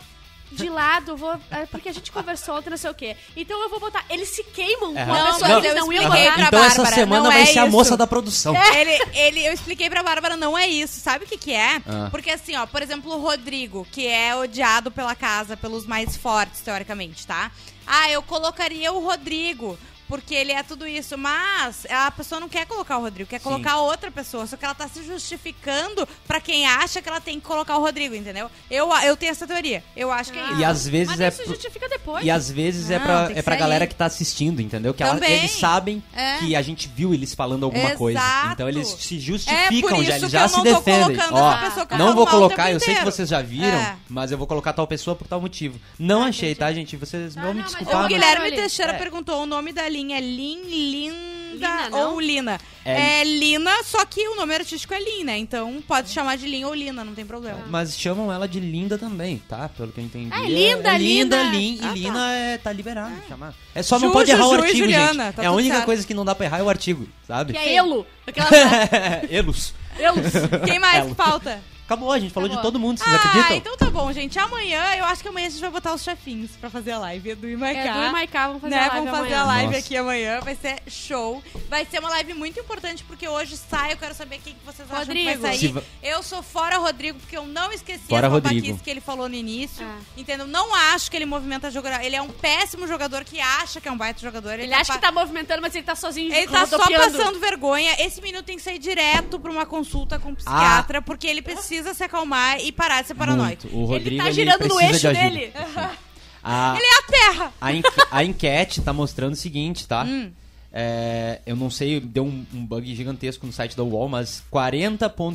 de lado, eu vou, ah, porque a gente conversou ontem, não sei o quê. Então eu vou botar. Eles se queimam
É,
com a
não,
pessoa
não,
que eles não iam
aham.
botar.
Então essa semana
não
vai
é
ser a
isso.
moça da produção.
É,
Ele, ele, eu expliquei pra Bárbara, não é isso. Sabe o que que é?
Ah.
Porque assim, ó, por exemplo, o Rodrigo, que é odiado pela casa, pelos mais fortes, teoricamente, tá? Ah, eu colocaria o Rodrigo, porque ele é tudo isso. Mas a pessoa não quer colocar o Rodrigo, quer
Sim.
colocar outra pessoa. Só que ela tá se justificando pra quem acha que ela tem que colocar o Rodrigo, entendeu? Eu, eu tenho essa teoria. Eu acho
Ah.
que é isso.
E às vezes
Mas
é
isso
pro-
justifica depois.
E às vezes é
Não,
pra,
tem que
é pra
sair.
galera que tá assistindo, entendeu? Que ela-
Também.
eles sabem
É.
que a gente viu eles falando alguma
Exato.
coisa. Então eles se
É por
justificam,
isso
já, eles
que
já
eu
se
não tô
defendem.
colocando
Ó,
essa pessoa que eu
não
falo
vou
mal o tempo
colocar, eu sei que
inteiro.
vocês já viram,
É. Ah,
mas eu vou colocar tal pessoa por tal motivo. Não achei, tá, gente? Vocês vão me desculpar.
O
mas-
Guilherme Teixeira
É.
perguntou o nome da linha. É Lin, Linda
Lina, não?
ou Lina?
É-
É, Lina, só que o nome artístico é Lin, né? Então pode chamar de Lin ou Lina, não tem problema.
Mas chamam ela de Linda também, tá? Pelo que eu entendi.
É, Linda,
Linda,
Linda.
Lin. E
Ah, tá.
Lina é, tá liberada de chamar. É só não
Ju,
pode errar o
Juju e
artigo,
Juliana,
gente.
tá
é a
tudo
única
certo.
coisa que não dá pra errar é o artigo, sabe?
Que é elo. Aquela...
Elus.
Elus.
Quem mais
Elo.
que falta?
Acabou, a gente falou de
Acabou.
todo mundo, vocês
Ah,
acreditam?
então tá bom, gente. Amanhã, eu acho que amanhã a gente vai botar os chefinhos pra fazer a live. É
É
Edu e Maiká.
Edu e Maiká vão fazer
né?
a live
Vamos fazer
amanhã.
a live
Nossa.
aqui amanhã. Vai ser show. Vai ser uma live muito importante, porque hoje sai. Eu quero saber quem que vocês acham que
Rodrigo.
vai sair.
Se va-
Eu sou fora Rodrigo, porque eu não esqueci
Fora
as babaquices
Rodrigo.
que ele falou no início.
Ah.
Entendeu? Não acho que ele movimenta jogador. Ele é um péssimo jogador que acha que é um baita jogador. Ele,
Ele acha que
pa-
tá movimentando, mas ele tá sozinho.
Ele tá só
rodopiando.
passando vergonha. Esse menino tem que sair direto pra uma consulta com um psiquiatra, porque ele precisa se acalmar e parar de ser paranoico.
Ah. Muito. O
tá
Rodrigo, ele
tá no
precisa de
eixo
ajuda.
dele.
A,
Ele é a terra.
a, en- a enquete tá mostrando o seguinte, tá? É, eu não sei, deu um, um bug gigantesco no site da UOL, mas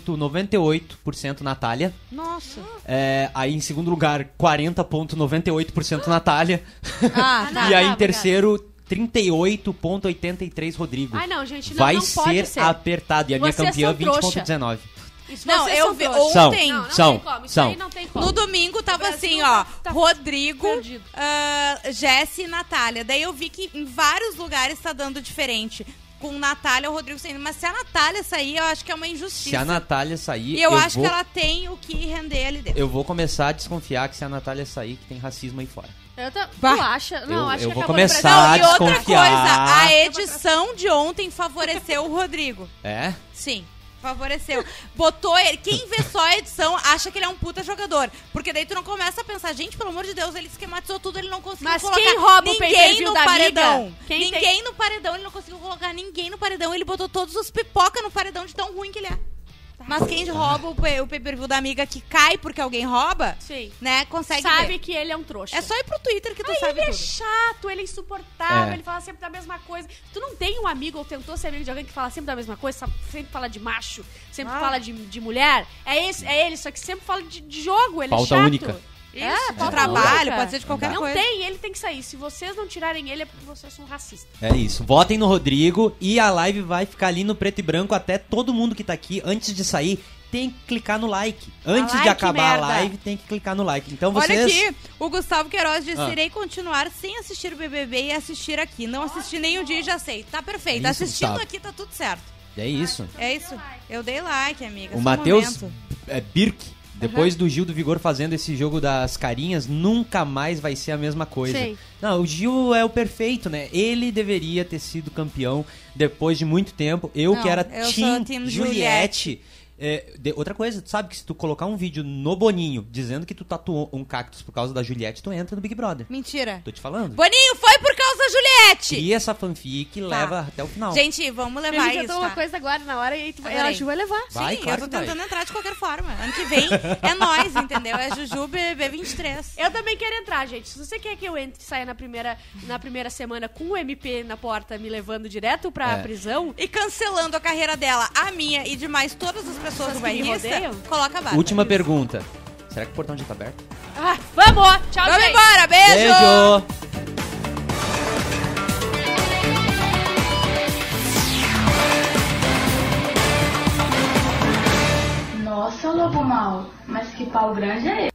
40,98% Natália.
Nossa.
É, aí em segundo lugar, 40,98% Natália.
Ah, não,
e aí
não,
em terceiro, 38,83% Rodrigo.
Ai, não, gente, não,
Vai
não
ser,
pode ser.
apertado. E a minha
Vocês
campeã,
são trouxa.
20,19%.
Isso,
Não,
vocês
eu
são
vi
trouxas.
ontem.
Não, não
São,
tem como. Isso
são.
aí não tem como.
No domingo tava
Brasil
assim,
tá-
ó, Rodrigo, ah, Jesse e Natália. Daí eu vi que em vários lugares tá dando diferente. Com Natália ou Rodrigo saindo. Mas se a Natália sair, eu acho que é uma injustiça.
Se a Natália sair,
E eu, acho
vou...
que ela tem o que render ali dentro.
Eu vou começar a desconfiar que se a Natália sair, que tem racismo aí fora.
Eu tá...
Bah.
Tu acha? Não,
Eu-
acho
eu
que acabou
vou
no
começar
Brasil.
a
e outra
desconfiar.
coisa, a edição de ontem favoreceu o Rodrigo.
É?
Sim. Favoreceu. Botou ele. Quem vê só a edição acha que ele é um puta jogador. Porque daí tu não começa a pensar, gente, pelo amor de Deus, ele esquematizou tudo, ele não conseguiu
Mas
colocar
quem rouba o
ninguém
pay-per-view
no
da amiga?
paredão.
Quem
ninguém
tem-
no paredão, ele não conseguiu colocar ninguém no paredão. Ele botou todos os pipoca no paredão de tão ruim que ele é.
Tá.
Mas quem rouba o pay- o pay-per-view da amiga que cai porque alguém rouba,
Sim.
né, consegue
Sabe
ver.
que ele é um trouxa.
É só ir pro Twitter que tu
Ai,
sabe
ele é
tudo.
chato, ele é insuportável,
É.
ele fala sempre da mesma coisa. Tu não tem um amigo ou tentou ser amigo de alguém que fala sempre da mesma coisa, sabe? sempre fala de macho, sempre
Ah.
fala de, de mulher? É, esse, é ele, só que sempre fala de, de jogo, ele
Pauta
é chato.
única.
É,
Isso, de
pauta
trabalho,
única.
pode ser de qualquer
não
coisa.
Não tem, ele tem que sair. Se vocês não tirarem ele, é porque vocês são racistas.
É isso. Votem no Rodrigo e a live vai ficar ali no preto e branco até todo mundo que tá aqui, antes de sair, tem que clicar no like. Antes
like,
de acabar
merda.
a live, tem que clicar no like. Então vocês.
Olha aqui, o Gustavo Queiroz disse:
Ah.
irei continuar sem assistir o BBB e assistir aqui. Não assisti nenhum dia e já sei. Tá perfeito.
Isso,
Assistindo
Gustavo.
aqui tá tudo certo.
É isso.
É isso? Eu dei like, amiga.
O
só um
Matheus
momento.
é, Birk, depois do Gil do Vigor fazendo esse jogo das carinhas, nunca mais vai ser a mesma coisa.
Sim.
Não, o Gil é o perfeito, né? Ele deveria ter sido campeão depois de muito tempo. Eu
Não,
que era
eu sou
Team,
team
Juliette. é, de- outra coisa, tu sabe que se tu colocar um vídeo no Boninho dizendo que tu tatuou um cactus por causa da Juliette, tu entra no Big Brother.
Mentira.
Tô te falando.
Boninho, foi por causa da Juliette!
Cria essa fanfic e leva até o final.
Tá. Gente, vamos levar
Ele
isso.
uma
tá?
coisa agora na hora e tu,
Adorei.
ela, a Ju vai levar.
Vai,
Sim,
claro
eu tô
que vai.
tentando entrar de qualquer forma. Ano que vem é nós, entendeu? É Juju BB23.
Eu também quero entrar, gente. Se você quer que eu entre e saia na primeira, na primeira semana com o MP na porta, me levando direto pra
É.
prisão.
E cancelando a carreira dela, a minha e de mais todas as pessoas
Pessoas
do
que me
bairrista,
rodeiam?
coloca a barra.
Última pergunta. Será que o portão já tá aberto?
Ah, vamos! Tchau,
Vamos
gente.
embora, beijo!
Beijo!
Nossa, lobo mal, mas que pau grande é esse?